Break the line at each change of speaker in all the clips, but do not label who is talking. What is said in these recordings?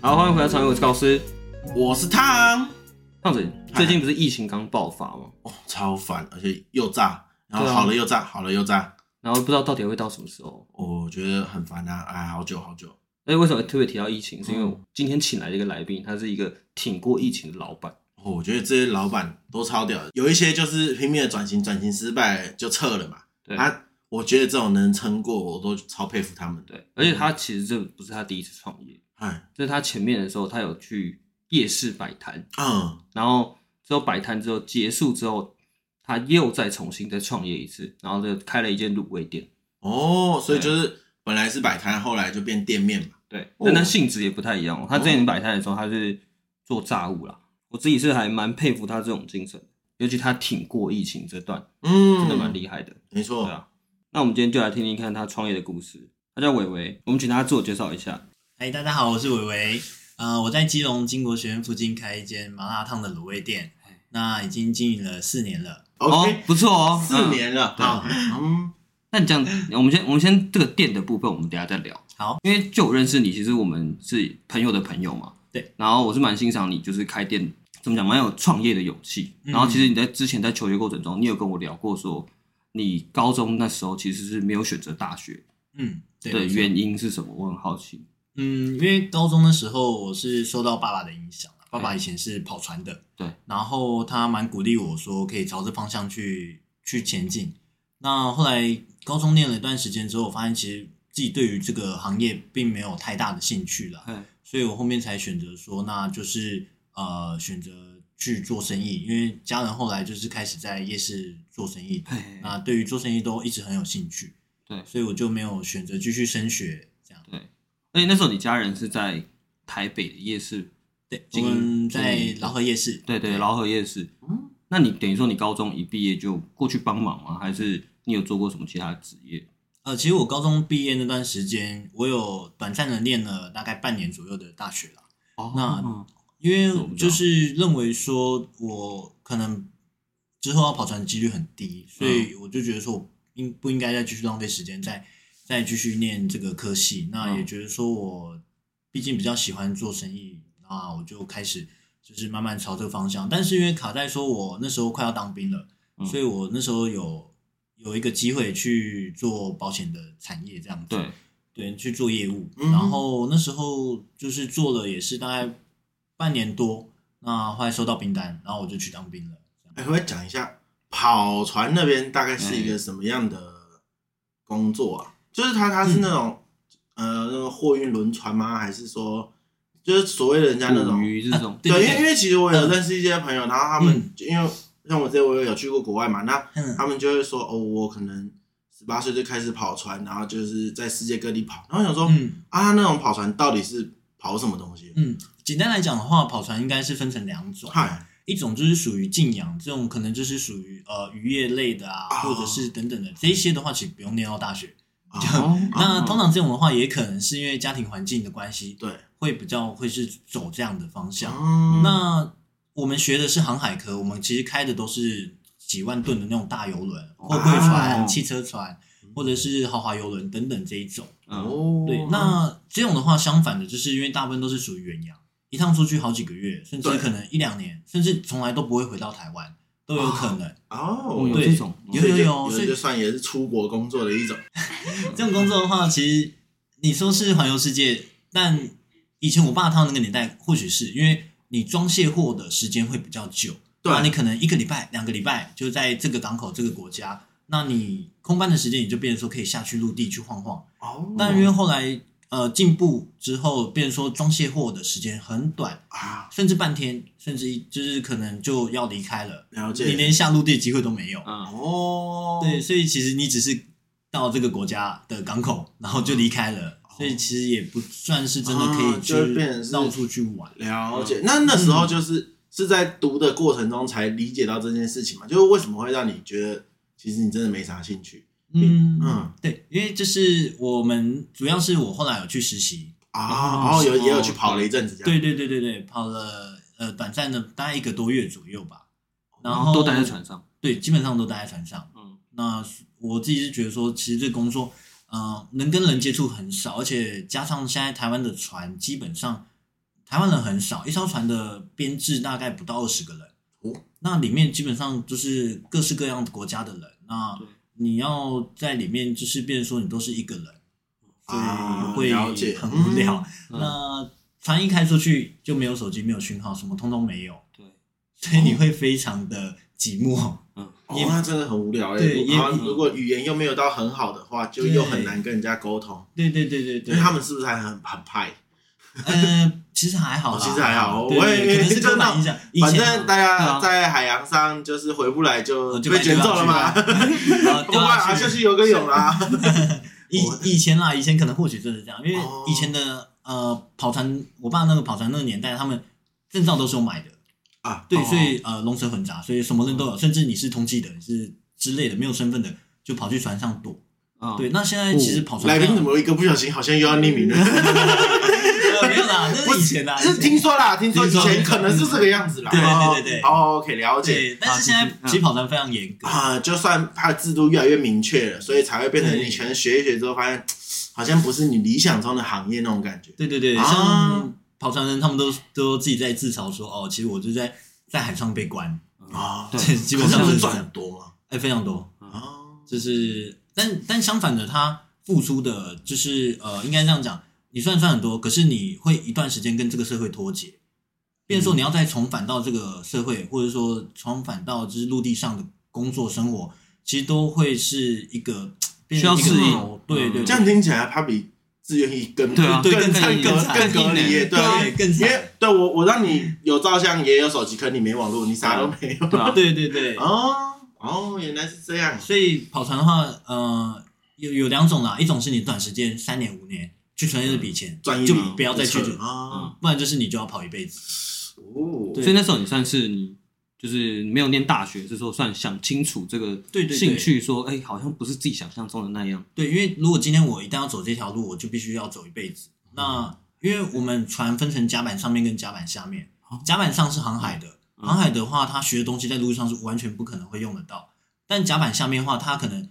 好，欢迎回到常威，我是高斯。
我是汤，
胖子，最近不是疫情刚爆发吗？
哦，超烦，而且又炸，然后
对啊
好了又炸，好了又炸，哦
然后不知道到底会到什么时候。
我觉得很烦啊，哎，好久好久，
哎，为什么特别提到疫情？是因为我今天请来的一个来宾，他是一个挺过疫情的老板。
哦我觉得这些老板都超屌的，有一些就是拼命的转型，转型失败就撤了嘛，
对
啊，我觉得这种能撑过，我都超佩服他们的，
对，而且他其实这不是他第一次创业，
哎，
就是他前面的时候，他有去夜市摆摊，
嗯，
然后之后摆摊之后结束之后，他又再重新再创业一次，然后就开了一间卤味店。
哦，所以就是本来是摆摊，后来就变店面嘛，
对，
哦
但他性质也不太一样、哦。他之前摆摊的时候，他是做炸物啦。我自己是还蛮佩服他这种精神，尤其他挺过疫情这段，
嗯，哦
真的蛮厉害的。
没
对
错，
啊，那我们今天就来听听看他创业的故事。他叫伟伟，我们请他自我介绍一下。
嗨，哎大家好，我是伟伟。呃，我在基隆金国学院附近开一间麻辣烫的卤味店，那已经经营了四年了。
哦
，OK，，
不错哦，
四
嗯。
年了，
对
好，嗯，
那你这样，我们先我们先这个店的部分，我们等一下再聊。
好，
因为就我认识你，其实我们是朋友的朋友嘛。
对。
然后我是蛮欣赏你，就是开店怎么讲，蛮有创业的勇气。
嗯
然后其实你在之前在求学过程中，你有跟我聊过说，你高中那时候其实是没有选择大学
嗯，对，
的
没错
原因是什么？我很好奇。
嗯，因为高中的时候我是受到爸爸的影响，啊爸爸以前是跑船的，
对，
然后他蛮鼓励我说可以朝这方向去去前进。那后来高中念了一段时间之后，我发现其实自己对于这个行业并没有太大的兴趣了，
嗯，
所以我后面才选择说，那就是呃选择去做生意，因为家人后来就是开始在夜市做生意，
嘿
那对于做生意都一直很有兴趣，
对
所以我就没有选择继续升学这样。
而且哎那时候你家人是在台北的夜市，
对，我
经营
们
经
在
营
劳合夜市，
对对，劳合夜市。
嗯
那你等于说你高中一毕业就过去帮忙吗？还是你有做过什么其他职业？
呃，其实我高中毕业那段时间，我有短暂的念了大概半年左右的大学啦，
哦
那因
我
为
不知道
就是认为说我可能之后要跑船的几率很低，所以
嗯
我就觉得说我应不应该再继续浪费时间再再继续念这个科系，那
嗯
也觉得说我毕竟比较喜欢做生意，那我就开始就是慢慢朝这个方向，但是因为卡在说我那时候快要当兵了，
嗯
所以我那时候有有一个机会去做保险的产业这样子，
对，
对，去做业务。
嗯
然后那时候就是做了也是大概半年多，那后来收到兵单，然后我就去当兵了。
哎，我讲一下跑船那边大概是一个
哎
什么样的工作啊？就是它，它
嗯
是那种、呃，那个货运轮船吗？还是说，就是所谓的人家那
捕
种？
鱼这 种，
对
对，
对
因为因为其实我有认识一些朋友，然后他们、
嗯
因为像我之前我有去过国外嘛，那
嗯
他们就会说哦，我可能十八岁就开始跑船，然后就是在世界各地跑。然后我想说、
嗯
啊，那种跑船到底是跑什么东西？
嗯，简单来讲的话，跑船应该是分成两种，
嗨，
一种就是属于禁养，这种可能就是属于呃渔业类的啊，
啊
或者是等等的这一些的话，其实不用念到大学。
啊
哦
那通常这种的话，也可能是因为家庭环境的关系，
对，
会比较会是走这样的方向。
嗯
那我们学的是航海科，我们其实开的都是几万吨的那种大游轮、货柜船、
哦嗯
汽车船，或者是豪华游轮等等这一种。
嗯，
哦，
对，那这种的话，相反的，就是因为大部分都是属于远洋，一趟出去好几个月，甚至
对
可能一两年，甚至从来都不会回到台湾，都有可能。
哦
哦，有
对
这种，
有
所以就
有
有
所以
就算也是出国工作的一种。
这种工作的话，其实你说是环游世界，但以前我爸他们那个年代，或许是因为你装卸货的时间会比较久，
对
那你可能一个礼拜、两个礼拜就在这个港口、这个国家，那你空班的时间也就变成说可以下去陆地去晃晃。
哦
但因为后来呃进步之后，变成说装卸货的时间很短，
啊，
甚至半天，甚至一就是可能就要离开了，
了
你
解。
连下陆地的机会都没有。
嗯，
哦，
对，，所以其实你只是到这个国家的港口，然后就离开了，所以其实也不算是真的可
啊
以
哦就会变成
去
是
到处去玩。
了
嗯
解。那那时候就是、是在读的过程中才理解到这件事情嘛，就是为什么会让你觉得其实你真的没啥兴趣
嗯
嗯
对，因为就是我们主要是我后来有去实习，
啊？然后有
哦
也有去跑了一阵子，这样
对对对对对，跑了呃短暂的大概一个多月左右吧，然后
哦都待在船上，
对，基本上都待在船上。
嗯，
那我自己是觉得说，其实这工作，呃，能跟人接触很少，而且加上现在台湾的船基本上台湾人很少，一艘船的编制大概不到二十个人。
哦，
那里面基本上就是各式各样的国家的人。那
对
你要在里面就是变成说你都是一个人，
啊
所以
了解
会很无聊。
嗯
那船一开出去就没有手机，没有讯号，什么通通没有，
对，
所以你会非常的寂寞。
嗯，
哦
也，
那真的很无聊哎、
对
欸。
也
然后如果语言又没有到很好的话，就
对
又很难跟人家沟通。
对对对对
因
对，
为他们是不是还很很派？
呃，其实还好
哦
啦，
其实还好
对
我也
对可能是
真的
刻板印象，以
反
前
正大
对
家
啊
在海洋上就是回不来就
呃就
被卷走了嘛。
嘛
不管啊，就去游个泳啦。
以
我
以前啦，以前可能或许真的是这样，因为
哦
以前的呃跑船，我爸那个跑船那个年代，他们证照都是有买的，
啊，
对，
哦嗯
所以呃龙蛇混杂，所以什么人都有，甚至你是通缉的，你是之类的没有身份的，就跑去船上躲。
啊，
对，那现在其实
哦
跑船
来
上
宾怎么一个不小心好像又要匿名了？
呃没有啦，那是以 前啦，
这
以前
听说啦，听说以
听说
前可能是这个样子啦。
对对对对
哦，OK，了解。
对，但是现
啊
在
嗯
其实跑船非常严格，
啊，就算它的制度越来越明确了，所以才会变成
对
你全学一学之后，发现嘖好像不是你理想中的行业那种感觉。
对对对，
啊
像跑船人他们都都自己在自嘲说，哦，其实我就在在海上被关，
啊，
嗯对
这哦基本
可是
上
不
就是是这
赚很
样，
多吗？
哎，非常多，
啊，
就是但但相反的，他付出的就是呃，应该这样讲，你虽然赚很多，可是你会一段时间跟这个社会脱节，
嗯
变成说你要再重返到这个社会，或者说重返到就是陆地上的工作生活，其实都会是一个变
需要
成一个
适应
头对对，
这样听起来他比自愿意更
对啊
对
更更
更更
隔
更
更隔离耶，
更
对啊，
对更
因
惨
为对我我让你有照相也有手机，可你没网络，你啥都没有。
对啊，
对对 对，
哦哦，原来是这样。
所以跑船的话，呃，有有两种啦，一种是你短时间三年五年去存一笔钱，
专一
就
吗
不要再去
不
做
错啊！
不然就是你就要跑一辈子。
哦，
对
所以那时候你算是你就是没有念大学，是说算想清楚这个
对对对
兴趣，说哎、好像不是自己想象中的那样。
对，因为如果今天我一旦要走这条路，我就必须要走一辈子。那因为我们船分成甲板上面跟甲板下面
哦，
甲板上是航海的，
嗯
航海的话，他学的东西在路上是完全不可能会用得到。但甲板下面的话，他可能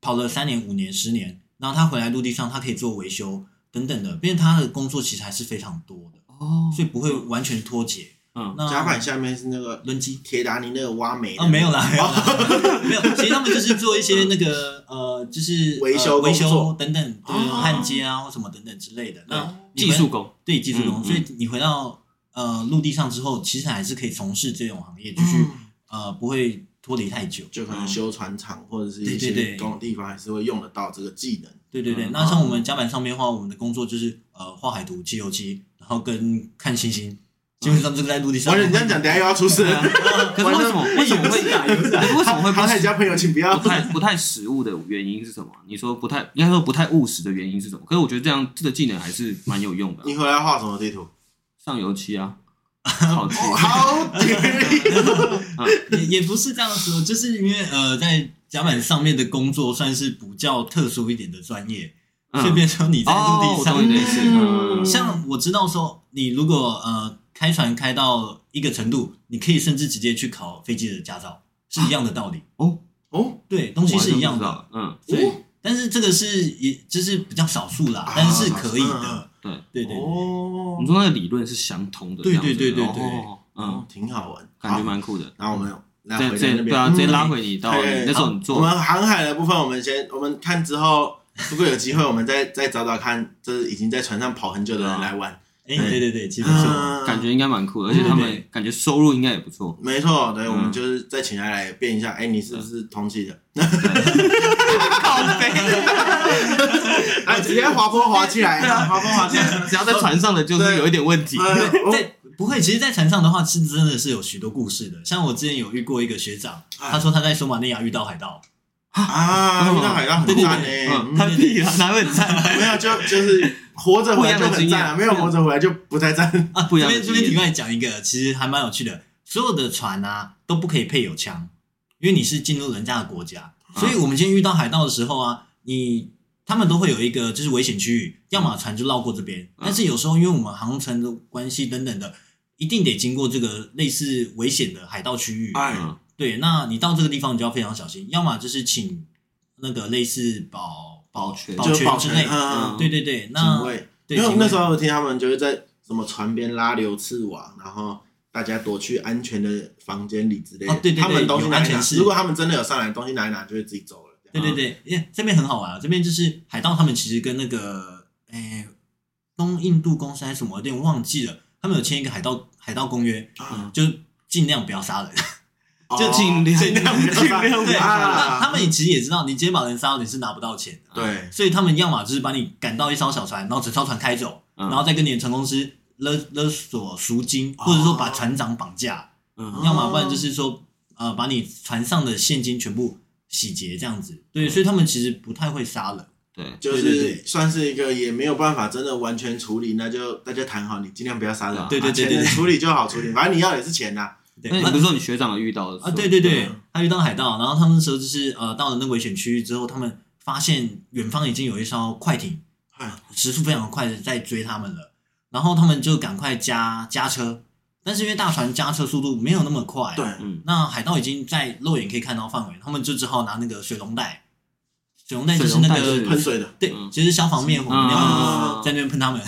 跑了三年、五年、十年，然后他回来陆地上，他可以做维修等等的，因为他的工作其实还是非常多的。
哦
所以不会完全脱节。
嗯，
那
甲板下面是那个
轮机
铁达尼那个挖煤的
啊，没有啦，没有啦，没有。其实他们就是做一些那个呃，就是
维修
呃
工
维
作
修等等，对
哦
焊接啊或什么等等之类的。
嗯
那你
技
回
术工，
对技术工，
嗯
所以你回到呃陆地上之后，其实还是可以从事这种行业，就是
嗯
呃不会脱离太久。
就可能修船厂或者是一
对对
些
对
工地方还是会用得到这个技能。
对对对，
嗯
那像我们甲板上面的话，我们的工作就是呃画海图、漆油漆，然后跟看星星，基本上这个在陆地上。
完了，你这样讲，等一下又要出事 了。
可是为什么
哎
为什么会
啊
可是为什么会
航
不
海家朋友，请不 要
不太不太实务的原因是什么？你说不太应该说不太务实的原因是什么？可是我觉得这样这个技能还是蛮有用的啊、
你回来画什么地图？
上油漆啊，好吃
哦好，
也也不是这样说，就是因为呃，在甲板上面的工作算是比较特殊一点的专业，
嗯
所以变成你在陆
哦，
地
我
上，
懂你的意思。嗯
像我知道说，你如果呃开船开到一个程度，你可以甚至直接去考飞机的驾照，是一样的道理。
哦，
对，东西是一
我
样的，
还真不知道。嗯，
所以
哦
但是这个是也就是比较少数啦
啊，
但是是可以
少数
的，
对，
对对对。
哦
你，说那个理论是相通的，
对
这样子
对对对
哦
对
嗯，
哦，挺好玩，
感觉
好
蛮酷的。
然后我们拉
这
回来那
这
边，
对啊，直接拉回你
对
到你那时候你
好
做
我们航海的部分，我们先我们看之后，如果有机会，我们再再找找看，就是已经在船上跑很久的人
啊
来玩，
哎，
对
对对对，其实是我
嗯
感觉应该蛮酷的，而且他
对
们感觉收入应该也不 错。
没错，对，
嗯
我们就是再请他来变一下，哎，你是不是同期的？
靠 背，
哎，直接滑坡滑起来，
啊
滑坡滑起来。
只要在船上的就是有一点问题。
呃哦
在不会，其实，在船上的话是真的是有许多故事的。像我之前有遇过一个学长，
哎
他说他在索马利亚遇到海盗，
啊，
哦
遇到海浪很赞
对
呢
嗯，，他屁啊，哪会很 赞？
没有就就是活着回来就很赞啊，
不
没
一样的经验
有活着回来就不太赞。
啊，
不一
这
样的
边这
经
边
验
题外讲一个，其实还蛮有趣的。所有的船啊都不可以配有枪，因为你是进入人家的国家，
啊
所以我们今天遇到海盗的时候啊，你他们都会有一个就是危险区域，要么船就绕过这边，
嗯
但是有时候因为我们航程的关系等等的，一定得经过这个类似危险的海盗区域。
哎
嗯
对，那你到这个地方你就要非常小心，要么就是请那个类似保保
保全
保
就是
全
保
之
全
类，
嗯
对对对，那
警卫，
对
因为
警卫
那时候我听他们就是在什么船边拉流刺网，然后大家躲去安全的房间里之类的。
哦对对对
他们东西拿
有安
一拿
全，室
如果他们真的有上来，东西拿一拿就会自己走了。这
对
样
对对，因为这边很好玩啊，这边就是海盗他们其实跟那个诶东印度公司还是什么，有点忘记了，他们有签一个海盗海盗公约，
啊
就是尽量不要杀 人。
哦
就尽量
尽量
尽量
对，
不要杀人
那
啊，
他 们其实也知道，你直接把人杀了，你是拿不到钱的。
对
所以他们要么就是把你赶到一艘小船，然后整艘船开走，
嗯
然后再跟你的船公司勒勒索赎金，
哦
或者说把船长绑架，
嗯
要么不然就是说呃把你船上的现金全部洗劫这样子。
嗯
对，所以他们其实不太会杀人。
对，
就
对对
是算是一个也没有办法真的完全处理，那就大家谈好，你尽量不要杀人嘛，
对对
把
对
钱
对对
能处理就好处理，反正你要也是钱呐。
对，
那你
啊
不是说你学长有遇到的时候
啊，对对对
嗯，
他遇到海盗，然后他们那时候就是呃到了那个危险区域之后，他们发现远方已经有一艘快艇
哎，
时速非常快的在追他们了，然后他们就赶快加加车，但是因为大船加车速度没有那么快，啊
对，
嗯，
那海盗已经在肉眼可以看到范围，他们就只好拿那个水龙带，水龙带就是
水龙
那个
带是
喷水的，
对
嗯，
就是消防灭火那
啊
个在那边喷他们，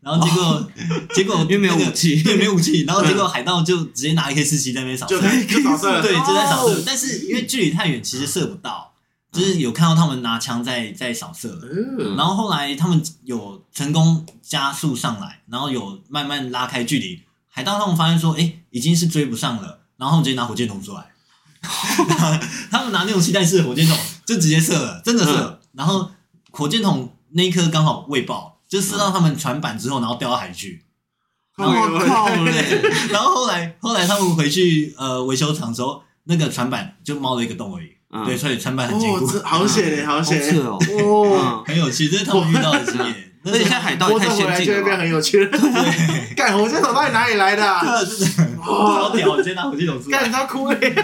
然后结果结果
哦因为没有
那个
武器嗯
对，没有武器，然后结果海盗就直接拿一 K 四七在那边扫射
就，开就扫射了，
对，就在扫射
哦，，
但是因为距离太远，其实射不到，
嗯
就是有看到他们拿枪在在扫射，
嗯
然后后来他们有成功加速上来，然后有慢慢拉开距离，海盗他们发现说，哎，已经是追不上了，然后他们直接拿火箭筒出来， 他们拿那种携带式的火箭筒就直接射
嗯
了，真的射，然后火箭筒那一颗刚好未爆，就射到他们船板之后，然后掉到海去。
哦
我靠嘞，
然后后来后来他们回去呃维修厂的时候，那个船板就猫了一个洞而已。
嗯
对，所以船板很坚固
哦，，这好险嘞，好险
好扯哦
哦，
嗯，
很有趣，这是他们遇到的经验。
而
那
且
是
现在海盗也
活
太
着回来
先
就
进
会
了
变
吧，
很有趣了。 干，火箭筒到底哪里来的啊？
这 真的好屌，你先拿火箭筒
啊
出
干，
来
你。要 哭嘞！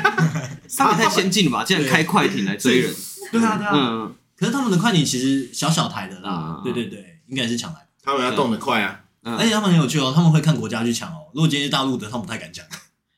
他们也太先进了吧，竟然开快艇来追人，
对啊，对啊，
嗯，
可是他们的快艇其实小小台的
啊
啦，对对对，应该是抢来的。
他们要动得快啊，
嗯
而且他们很有趣哦，他们会看国家去抢哦。如果今天是大陆的，他们不太敢抢，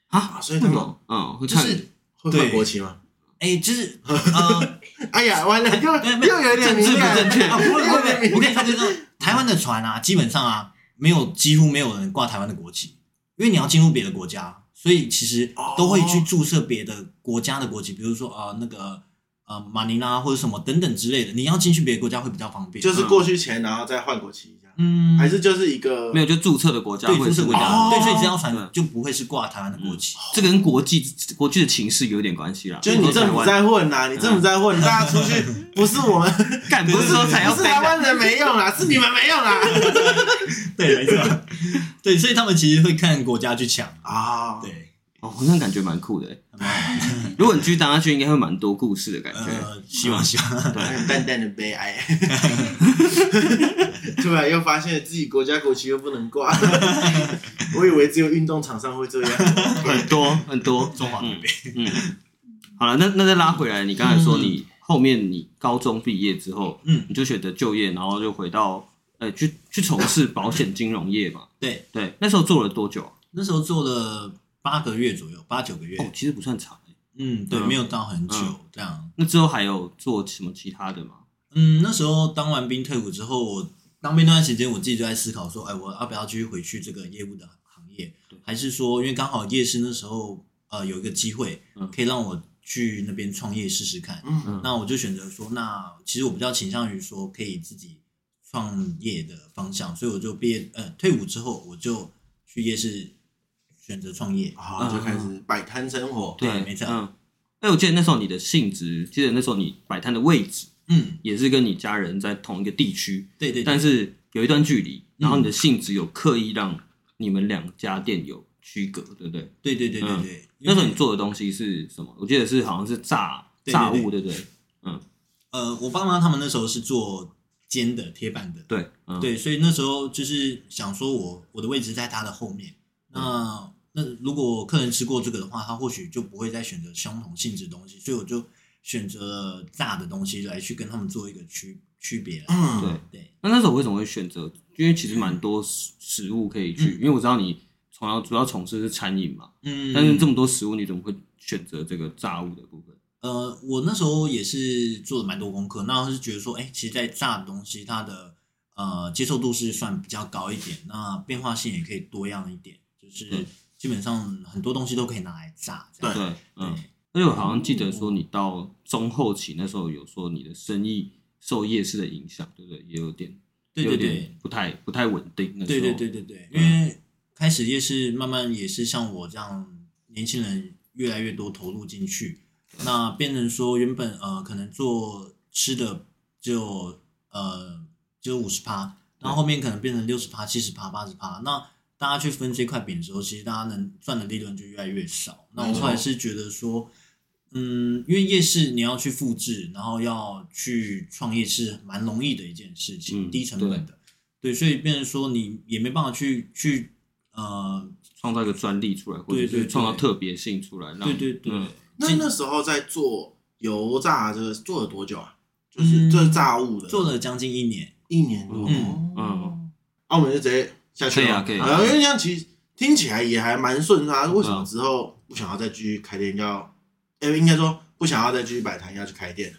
啊，
所以他
不
们
懂，嗯，会
就
看
是
会换
对
国旗吗？
哎，就是 呃，
哎呀，完了，
没
又
没
又有点
政治
敏
不正
感。
确，
啊，不会不会不会，我跟你说，就是说台湾的船啊，基本上啊，没有几乎没有人挂台湾的国旗，因为你要进入别的国家，所以其实都会去注册别的国家的国旗，比如说呃那个呃马尼拉或者什么等等之类的，你要进去别的国家会比较方便。
就是过去前，然后再换国旗一下，
嗯，
还是就是一个
没有就注册的国家
对
会
注册国
哦
家，对，所以这条
对
船就不会是挂台湾的国旗。
这个跟国际国际的情势有点关系啦，
就是你政府在混呐、你政府在
嗯
混，大家出去不是我们，
干，不是说才要
不是台湾人没用啦，啊是你们没用啦。
嗯
对，没错， 对，所以他们其实会看国家去抢。
啊，
对，
哦，好像感觉蛮酷的欸。
那么
如果你去当下去，应该会蛮多故事的感觉。
呃，希望希望。
淡淡的悲哀。 突然又发现自己国家国旗又不能挂，我以为只有运动场上会这样。
很多很多。
中华民
嗯嗯，好了，那那再拉回来，你刚才说你后面你高中毕业之后，
嗯，
你就选择就业，然后就回到呃去去从事保险金融业嘛？
对，
对，那时候做了多久啊？
那时候做了八个月左右，八九个月。
哦，其实不算长欸。
嗯，对，
嗯
没有到很久、
嗯
这样。
那之后还有做什么其他的吗？
嗯，那时候当完兵退伍之后，我当兵那段时间，我自己就在思考说，哎，我要不要继续回去这个业务的行业
对？
还是说，因为刚好夜市那时候呃有一个机会
嗯，
可以让我去那边创业试试看。
嗯，
那我就选择说，那其实我比较倾向于说可以自己创业的方向，所以我就毕业呃退伍之后，我就去夜市选择创业。
好，就开始摆摊生活。
对没错
嗯。哎，我记得那时候你的性质，记得那时候你摆摊的位置
嗯，
也是跟你家人在同一个地区，
对对对
但是有一段距离，然后你的性质有刻意让你们两家店有区隔，对不对？
对对对对
嗯
对，因
那
为
时候你做的东西是什么？我记得是好像是炸
对对
炸物，对不对？
呃，我爸妈他们那时候是做尖的铁板的，
对，嗯，
对，所以那时候就是想说我我的位置在他的后面，那那如果客人吃过这个的话，他或许就不会再选择相同性质的东西，所以我就选择了炸的东西来去跟他们做一个区区别啦。
嗯
对，
对，
那那时候为什么会选择？因为其实蛮多食食物可以去，因为我知道你从要主要从事是餐饮嘛，
嗯，
但是这么多食物，你怎么会选择这个炸物的部分？
呃，我那时候也是做了蛮多功课，那我是觉得说，哎，其实，在炸的东西它的呃接受度是算比较高一点，那变化性也可以多样一点，就是
嗯
基本上很多东西都可以拿来炸。这样
对，嗯。
对，
而且我好像记得说，你到中后期那时候有说你的生意受夜市的影响，对不对？也有点，
对对
有
对
点不太不太稳定。那时
对
候嗯
对对对对，因为开始夜市慢慢也是像我这样年轻人越来越多投入进去，那变成说原本呃可能做吃的只有呃只有五十趴，然后后面可能变成六十趴、七十趴、八十趴，那大家去分这块饼的时候，其实大家能赚的利润就越来越少。那我后来是觉得说。嗯，因为夜市你要去复制，然后要去创业是蛮容易的一件事情，
嗯
低成本
对
的。对，所以变成说你也没办法去去呃，
创造一个专利出来，或者
对对
是
对
创造特别性出来，让
对对对，啊
嗯
那
进
那时候在做油炸这个做了多久啊？就是这是炸物的，
做了将近一年，
一年多。
嗯嗯，
澳门就直接下去了。
可以啊可以啊
然后因为这样其实听起来也还蛮顺啊，为什么
嗯
之后不想要再继续开店要？哎，应该说不想要再继续摆摊要去开店了。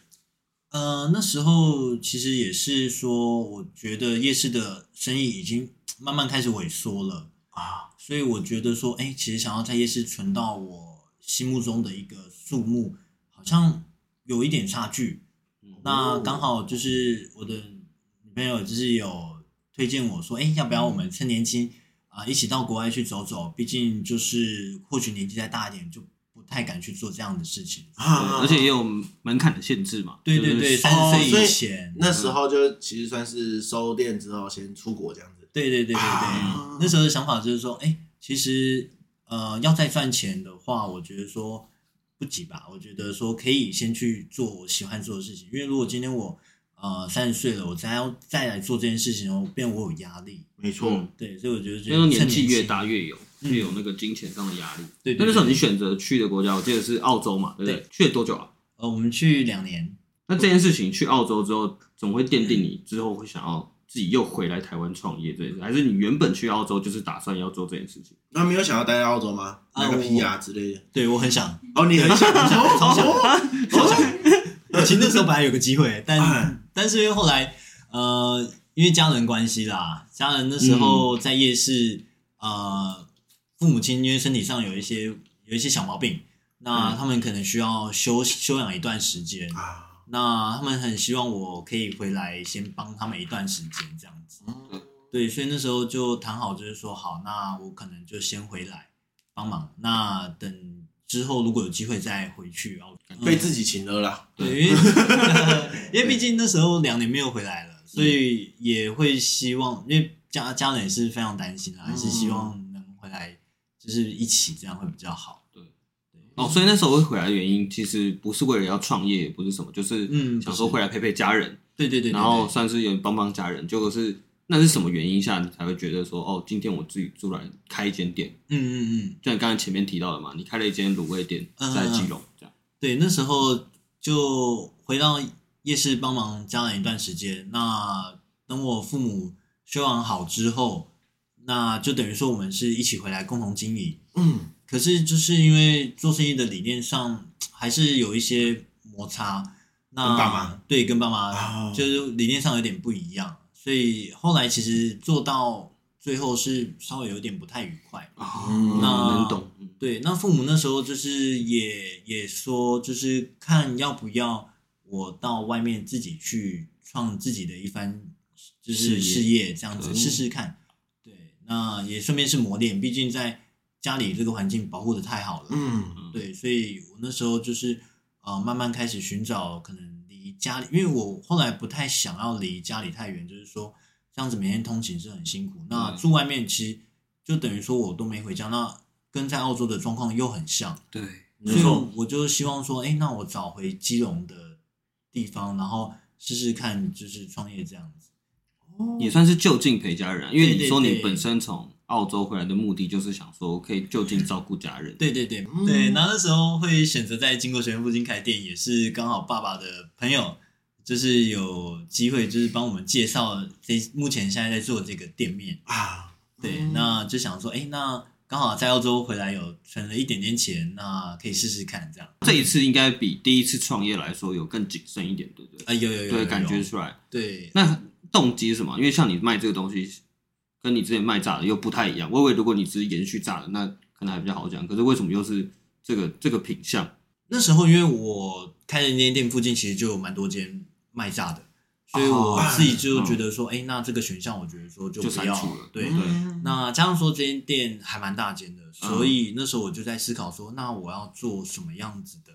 呃，那时候其实也是说，我觉得夜市的生意已经慢慢开始萎缩了啊，所以我觉得说，哎，其实想要在夜市存到我心目中的一个数目，好像有一点差距。
哦
那 刚好就是我的女朋友就是有推荐我说，哎，要不要我们趁年轻啊、一起到国外去走走？毕竟就是或许年纪再大一点，就不太敢去做这样的事情。
对
啊
而且也有门槛的限制嘛。
啊对对
就是
对，
收
三十
哦所
岁
以
以前，
那时候就其实算是收店之后先出国这样子。
对对对对对，
啊
那时候的想法就是说，哎，其实呃，要再赚钱的话，我觉得说不急吧，我觉得说可以先去做我喜欢做的事情，因为如果今天我呃三十岁了，我再要再来做这件事情，我变我有压力，
没错，
嗯
对，所以我觉得觉
因
得
为年
趁
纪
轻
越，大越有越有那个金钱上的压力。
嗯对对
那那时候
对
你选择去的国家，我记得是澳洲嘛，对不对？去了多久啊？
呃，我们去两年，
那这件事情去澳洲之后，总会奠定你之后会想要自己又回来台湾创业这件事，还是你原本去澳洲就是打算要做这件事情？
那没有想要待在澳洲吗？
啊
那个
我
PR 之类的。
对我很想，
哦，你很想， 哦
超想
哦
超想，其实那时候本来有个机会，
哎
嗯
但 但是因为后来呃，因为家人关系啦，家人那时
嗯
候在夜市，呃，父母亲因为身体上有一些有一些小毛病，那
嗯
他们可能需要休休养一段时间，
啊，
那他们很希望我可以回来先帮他们一段时间这样子，对，所以那时候就谈好，就是说好，那我可能就先回来帮忙，那等之后如果有机会再回去，然后
被自己请了啦。
对，因为因为毕竟那时候两年没有回来了，所以也会希望，因为家家人也是非常担心啦，还是希望能回来，就是一起这样会比较好。
哦，所以那时候会回来的原因，其实不是为了要创业，也不是什么，就是
嗯
想说回来陪陪家人，
对对对对
然后算是有点帮帮家人。结果是那是什么原因下你才会觉得说，哦，今天我自己出来开一间店？
对嗯嗯嗯，
就像你刚才前面提到的嘛，你开了一间卤味店
嗯
在基隆，这样
对，那时候就回到夜市帮忙家人一段时间。那等我父母休养好之后，那就等于说我们是一起回来共同经营。
嗯，
可是就是因为做生意的理念上还是有一些摩擦，那
跟爸妈
对跟爸妈、
哦
就是理念上有点不一样，所以后来其实做到最后是稍微有点不太愉快。
啊
嗯
那
能懂，嗯
对，那父母那时候就是也也说，就是看要不要我到外面自己去创自己的一番就
事业
是事业这样子
嗯
试试看。对，那也顺便是磨练，毕竟在家里这个环境保护的太好了。
嗯，
对，所以我那时候就是呃，慢慢开始寻找可能离家里，因为我后来不太想要离家里太远，就是说这样子每天通勤是很辛苦。那
嗯
住外面其实就等于说我都没回家，那跟在澳洲的状况又很像，
对，
没
所以
错，
我就希望说，哎，那我找回基隆的地方，然后试试看，就是创业这样子。
也算是就近陪家人啊、因为
哦对
你
对
说你
对
本身从澳洲回来的目的就是想说可以就近照顾家人，
对对对、
嗯
对，然后那时候会选择在经过学院附近开店，也是刚好爸爸的朋友，就是有机会就是帮我们介绍这目前现在在做这个店面。
啊，
对，
哦
嗯
那就想说，哎，那刚好在澳洲回来有存了一点点钱，那可以试试看这样。
这一次应该比第一次创业来说有更谨慎一点，对不对？
啊，有有有有
对，感觉
有
出来。
对，
那动机是什么？因为像你卖这个东西，跟你之前卖炸的又不太一样。我以为如果你只是延续炸的，那可能还比较好讲。可是为什么又是这个这个品相？
那时候因为我开的那间店附近其实就有蛮多间卖炸的，所以我自己就觉得说，哎、那这个选项我觉得说就
哦嗯就
不要
删除了
对，
嗯
那加上说这间店还蛮大间的，
嗯
所以那时候我就在思考说，那我要做什么样子的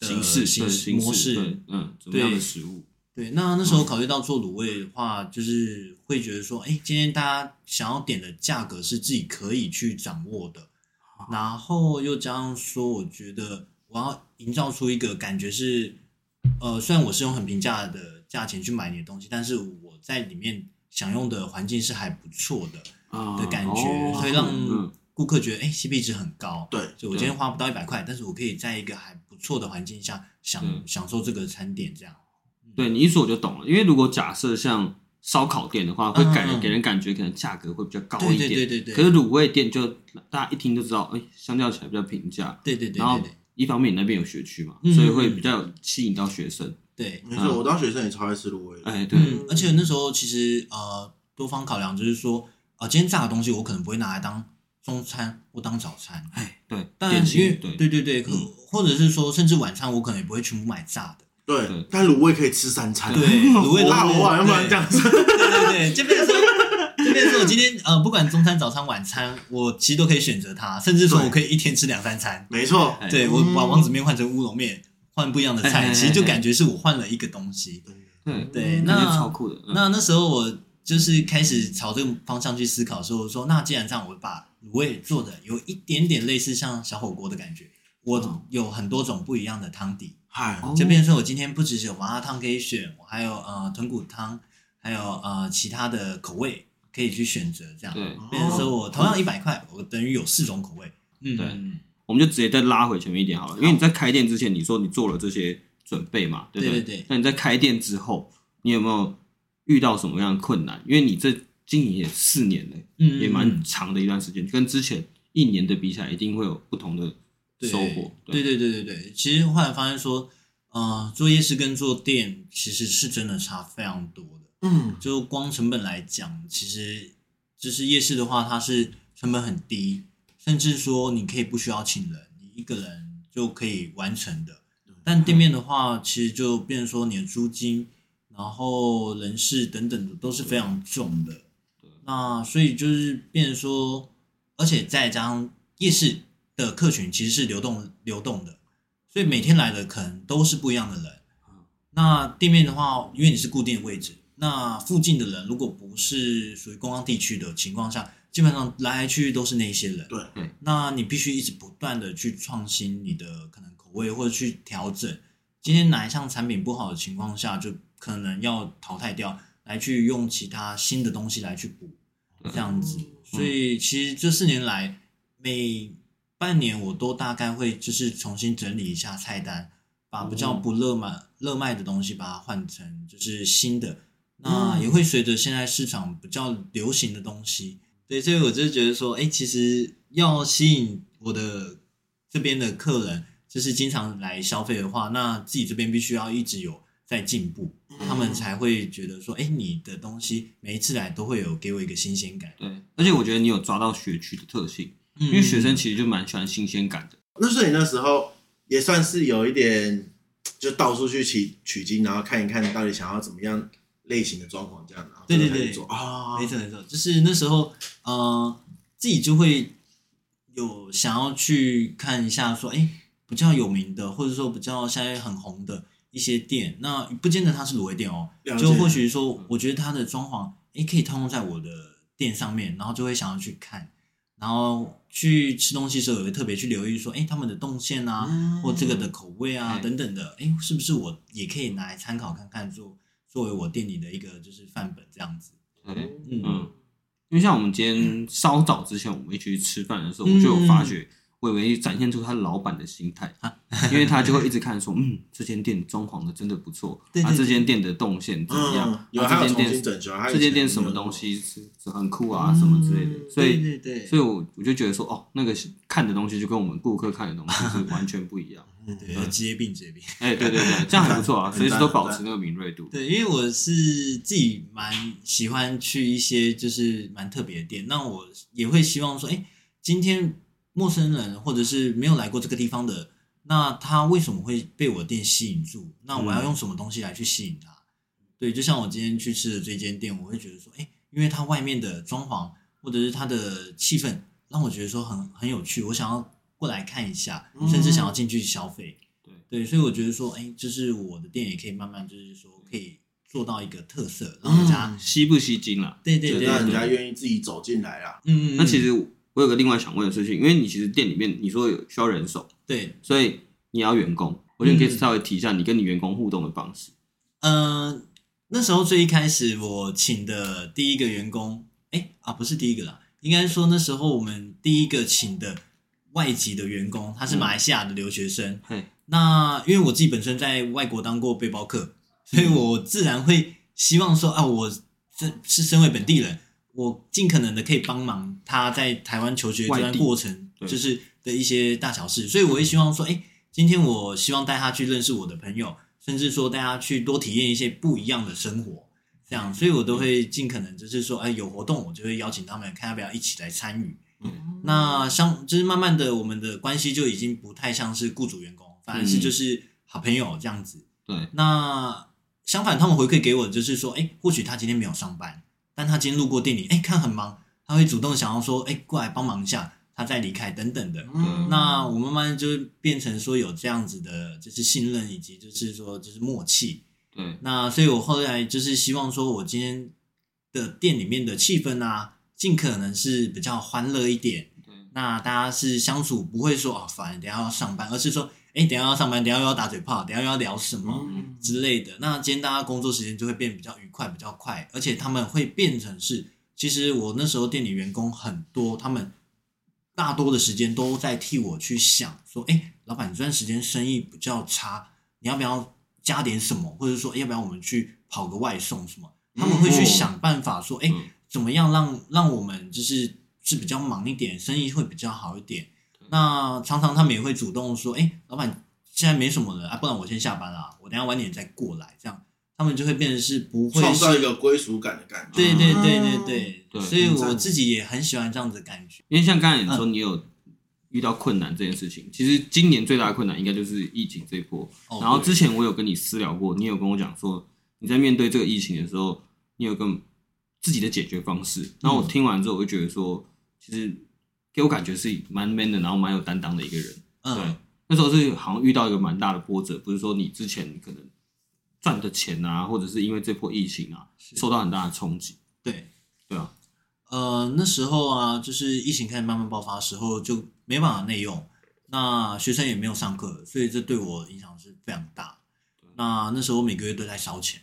的
形式、
形
对
式
形
模
式，
式？
对，嗯，怎么样的
对
食物？
对，那那时候考虑到做卤味的话，就是会觉得说，哎，今天大家想要点的价格是自己可以去掌握的，
啊
然后又加上说，我觉得我要营造出一个感觉是，呃，虽然我是用很平价的价钱去买你的东西，但是我在里面享用的环境是还不错的，
啊
的感觉，
哦
所以
嗯
让顾客觉得哎、c p 值很高。
对
就我今天花不到一百块，但是我可以在一个还不错的环境下享
对
享受这个餐点，这样。
对你一说我就懂了。因为如果假设像烧烤店的话，会感
嗯嗯
给人感觉可能价格会比较高
对
一
对
点。
对对对，
可是卤味店就大家一听就知道，哎、相较起来比较平价。
对对对
然后
对对
一方面你那边有学区嘛，
嗯
所以会比较吸引到学生。
对，
没错，我当学生也超爱吃卤味的。
哎、对，
嗯，而且那时候其实呃，多方考量就是说，呃，今天炸的东西我可能不会拿来当中餐或当早餐，
哎、对，
但
点
因为
心，对，嗯
对对对，可或者是说，甚至晚餐我可能也不会全部买炸的。
对
对，
但卤味可以吃三餐。
对卤味
我爸
卤味
我啊好像不能
对
这样子。
对对对，这边说，这边说，我今天呃，不管中餐、早餐、晚餐，我其实都可以选择它，甚至说我可以一天吃两三餐。
没错，
哎
对我把王子面换成乌龙面，换不一样的
哎哎
菜，
哎
其实就感觉是我换了一个东西。
对，
对，
感觉
那
超酷的。嗯、
那那时候我就是开始朝这个方向去思考，说我说那既然这样，我把卤味做的有一点点类似像小火锅的感觉，
嗯
我有很多种不一样的汤底。
嗨，
哦
这边说我今天不只是有麻辣烫可以选，我还有呃豚骨汤，还有呃其他的口味可以去选择，这样。
对，
变成说
哦
我同样一百块，我等于有四种口味。嗯，
对
嗯
我们就直接再拉回前面一点好了，因为你在开店之前，你说你做了这些准备嘛，对不
对对对
那你在开店之后，你有没有遇到什么样的困难？因为你这经营也四年了，
嗯
也蛮长的一段时间，跟之前一年的比起来，一定会有不同的
对
收获。
对对对对对，其实后来发现说，呃，做夜市跟做店其实是真的差非常多的。
嗯，
就光成本来讲，其实就是夜市的话，它是成本很低，甚至说你可以不需要请人，你一个人就可以完成的。但店面的话，其实就变成说你的租金，然后人事等等的都是非常重的。那所以就是变成说，而且再加上夜市的客群其实是流动流动的，所以每天来的可能都是不一样的人。那店面的话，因为你是固定的位置，那附近的人如果不是属于观光地区的情况下，基本上来来去去都是那一些人。
对
对，
那你必须一直不断的去创新你的可能口味，或者去调整。今天哪一项产品不好的情况下，就可能要淘汰掉，来去用其他新的东西来去补，这样子。所以其实这四年来，每半年我都大概会就是重新整理一下菜单，把
嗯
比较不热卖热卖的东西把它换成就是新的，
嗯
那也会随着现在市场比较流行的东西。对，所以我就是觉得说，哎，其实要吸引我的这边的客人，就是经常来消费的话，那自己这边必须要一直有在进步，
嗯
他们才会觉得说，哎，你的东西每一次来都会有给我一个新鲜感。嗯
对，而且我觉得你有抓到学区的特性，
因
因为学生
嗯
其实就蛮喜欢新鲜感的。
那所以那时候也算是有一点，就到处去取取经，然后看一看到底想要怎么样类型的装潢这样，然后
对对
就开始
对
做啊，
没错没错，就是那时候，呃，自己就会有想要去看一下说，哎，比较有名的，或者说比较现在很红的一些店，那不见得它是卤味店哦
了，解嗯
就或许说，我觉得它的装潢，哎，可以套用在我的店上面，然后就会想要去看，然后去吃东西的时候也会特别去留意说，哎，他们的动线啊，
嗯
或这个的口味啊
嗯
等等的，哎，是不是我也可以拿来参考看看做。作为我店里的一个就是范本这样子，
对，
嗯
嗯，因为像我们今天稍早之前我们一起去吃饭的时
嗯
候，我就有发觉伟伟展现出他老板的心态，
啊
因为他就会一直看说，嗯，这间店装潢的真的不错，
对对
啊，这间店的动线怎么
嗯
样，，
有
啊，
还
这
有
间
重新整
店
修，还有
这
以前
间店什么东西是是很酷啊，什么之类
嗯
的，所以
嗯对对
所以我我就觉得说，哦，那个看的东西就跟我们顾客看的东西是完全不一样，
嗯，
对，职业病，职业病。
哎、对对对，这样还不错啊，
很赞
随时都保持那个敏锐度。
对，因为我是自己蛮喜欢去一些就是蛮特别的店，那我也会希望说，哎，今天陌生人或者是没有来过这个地方的，那他为什么会被我店吸引住？那我要
嗯
用什么东西来去吸引他？对，就像我今天去吃的这间店，我会觉得说，哎，因为它外面的装潢或者是它的气氛，让我觉得说很很有趣，我想要过来看一下，甚至想要进去消费。对，所以我觉得说，哎，就是我的店也可以慢慢，就是说可以做到一个特色，让大家、
吸不吸睛啦？
对对
就
对
让人
对，
家
嗯
愿意自己走进来啊啦。
嗯，嗯
那其实我有个另外想问的事情，因为你其实店里面你说有需要人手，
对，
所以你要员工，我觉得你可以
嗯
稍微提一下你跟你员工互动的方式。
嗯、那时候最一开始我请的第一个员工，哎啊，不是第一个啦，应该说那时候我们第一个请的外籍的员工，他是马来西亚的留学生，
嘿，
那因为我自己本身在外国当过背包客，所
嗯
以我自然会希望说啊，我这是身为本地人，我尽可能的可以帮忙他在台湾求学这
外
段
地
过程，
对
就是的一些大小事，所以我会希望说，哎、今天我希望带他去认识我的朋友，甚至说带他去多体验一些不一样的生活。这样，所以我都会尽可能就是说，哎，有活动我就会邀请他们，看要不要一起来参与。那相就是慢慢的，我们的关系就已经不太像是雇主员工，反而是
嗯
就是好朋友这样子。
对，
那相反，他们回馈给我的就是说，哎，或许他今天没有上班，但他今天路过店里，哎，看很忙，他会主动想要说，哎，过来帮忙一下，他再离开等等的。
嗯
那我慢慢就变成说有这样子的，就是信任以及就是说就是默契。
对，
那所以我后来就是希望说，我今天的店里面的气氛啊，尽可能是比较欢乐一点。
对
那大家是相处不会说哦，烦，等一下要上班，而是说，哎，等一下要上班，等一下又要打嘴炮，等一下又要聊什么、
嗯
之类的。那今天大家工作时间就会变比较愉快，比较快，而且他们会变成是，其实我那时候店里员工很多，他们大多的时间都在替我去想，说，哎，老板这段时间生意比较差，你要不要加点什么，或者说要不要我们去跑个外送什么？他们会去想办法说，哎、
嗯
怎么样让让我们就是是比较忙一点，生意会比较好一点。那常常他们也会主动说，哎、老板现在没什么了啊，不然我先下班啦，我等一下晚点再过来，这样他们就会变成是不会
创
是
造一个归属感的感觉。
对对对对对，
对
所以
很
我
赞
自己也很喜欢这样子的感觉。
因为像刚才你
嗯
说你有遇到困难这件事情，其实今年最大的困难应该就是疫情这一波。
哦
然后之前我有跟你私聊过，你有跟我讲说你在面对这个疫情的时候，你有跟自己的解决方式。然
嗯
后我听完之后，我就觉得说，其实给我感觉是蛮 man 的，然后蛮有担当的一个人。对
嗯，
那时候是好像遇到一个蛮大的波折，不是说你之前可能赚的钱啊，或者是因为这波疫情啊，受到很大的冲击。
对，
对啊，
呃，那时候啊，就是疫情开始慢慢爆发的时候，就没办法内用，那学生也没有上课，所以这对我影响是非常大。那那时候每个月都在烧钱，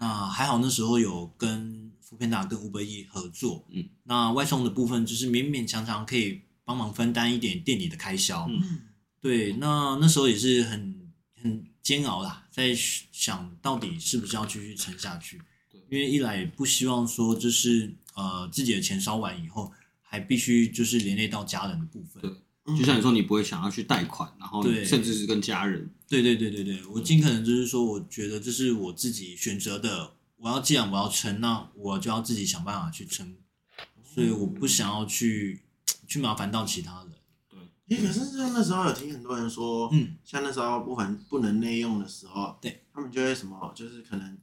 那还好那时候有跟福片达跟吴伯义合作，
嗯，
那外送的部分就是勉勉强强可以帮忙分担一点店里的开销，
嗯
对，那那时候也是很很煎熬啦，在想到底是不是要继续撑下去
对，
因为一来也不希望说就是呃自己的钱烧完以后，还必须就是连累到家人的部分
对。
嗯
就像你说，你不会想要去贷款，然后
嗯对
甚至是跟家人。
对对对对对，我尽可能就是说，我觉得这是我自己选择的，我要既然我要撑，那我就要自己想办法去撑，所以我不想要去去麻烦到其他人。
诶可是像那时候有听很多人说，
嗯，
像那时候不能不能内用的时候，
对，
他们就会什么，就是可能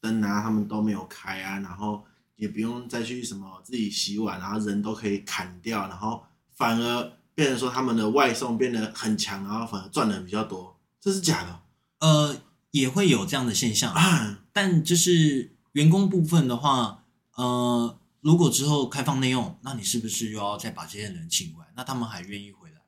灯啊，他们都没有开啊，然后也不用再去什么自己洗碗，然后人都可以砍掉，然后反而变成说他们的外送变得很强，然后反而赚的比较多，这是假的
呃，也会有这样的现象
啊？
但就是员工部分的话，呃，如果之后开放内用，那你是不是又要再把这些人请回来？那他们还愿意回来吗？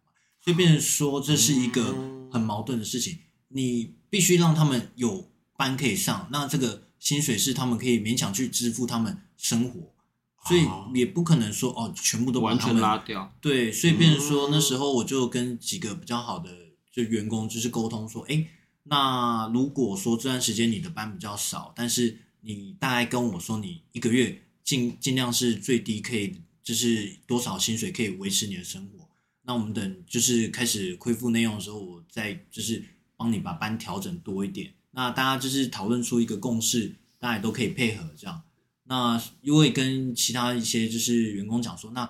所以变成说这是一个很矛盾的事情，你必须让他们有班可以上，那这个薪水是他们可以勉强去支付他们生活， 所以
哦
也不可能说哦，全部都把
完
他
全
们
拉掉，
对，所以变成说
嗯
那时候我就跟几个比较好的就员工就是沟通说，哎，那如果说这段时间你的班比较少，但是你大概跟我说你一个月尽尽量是最低可以就是多少薪水可以维持你的生活，那我们等就是开始恢复内容的时候，我再就是帮你把班调整多一点。那大家就是讨论出一个共识，大家也都可以配合这样。那因为跟其他一些就是员工讲说，那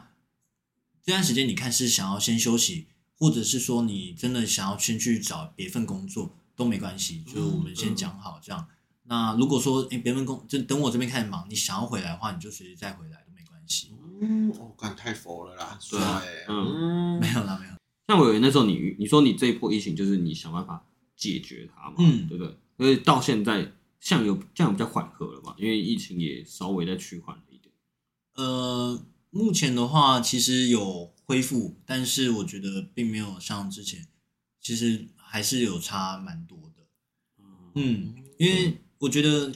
这段时间你看是想要先休息，或者是说你真的想要先去找别份工作都没关系，就是我们先讲好这样。那如果说哎别份工，就等我这边开始忙，你想要回来的话，你就随时再回来都没关系。
嗯，我干太佛了啦，
对
帅
啊
欸，
没有啦，没有。
像我以为那时候你你说你这一波疫情就是你想办法解决它嘛，
嗯
对不对？所以到现在像有这样比较缓和了嘛，因为疫情也稍微在趋缓了一点。
呃，目前的话其实有恢复，但是我觉得并没有像之前，其实还是有差蛮多的。嗯，因为我觉得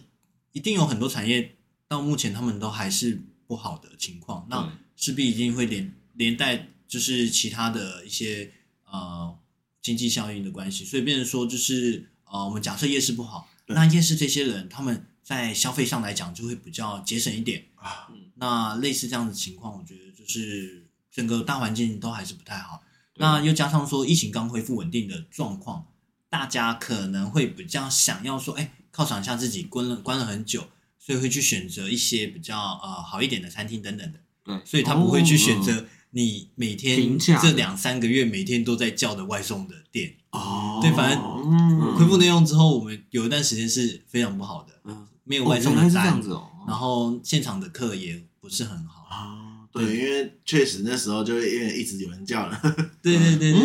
一定有很多产业到目前他们都还是不好的情况，那
对
势必一定会连连带就是其他的一些呃经济效应的关系，所以变成说就是呃我们假设夜市不好，
对
那夜市这些人他们在消费上来讲就会比较节省一点，
啊，
那类似这样的情况，我觉得就是整个大环境都还是不太好。
对
那又加上说疫情刚恢复稳定的状况，大家可能会比较想要说，哎，犒赏一下自己，关了关了很久，所以会去选择一些比较呃好一点的餐厅等等的，
对，
所以他不会去选
哦
择你每天
平价的
这两三个月每天都在叫的外送的店。
哦
对反
嗯
恢复内用之后，我们有一段时间是非常不好的，
嗯，
没有
哦
外
原
送
来
的
是这
单
样，子嗯哦，
然后现场的客也不是很好。
啊，对，因为确实那时候就因为一直有人叫了，
对对对对对，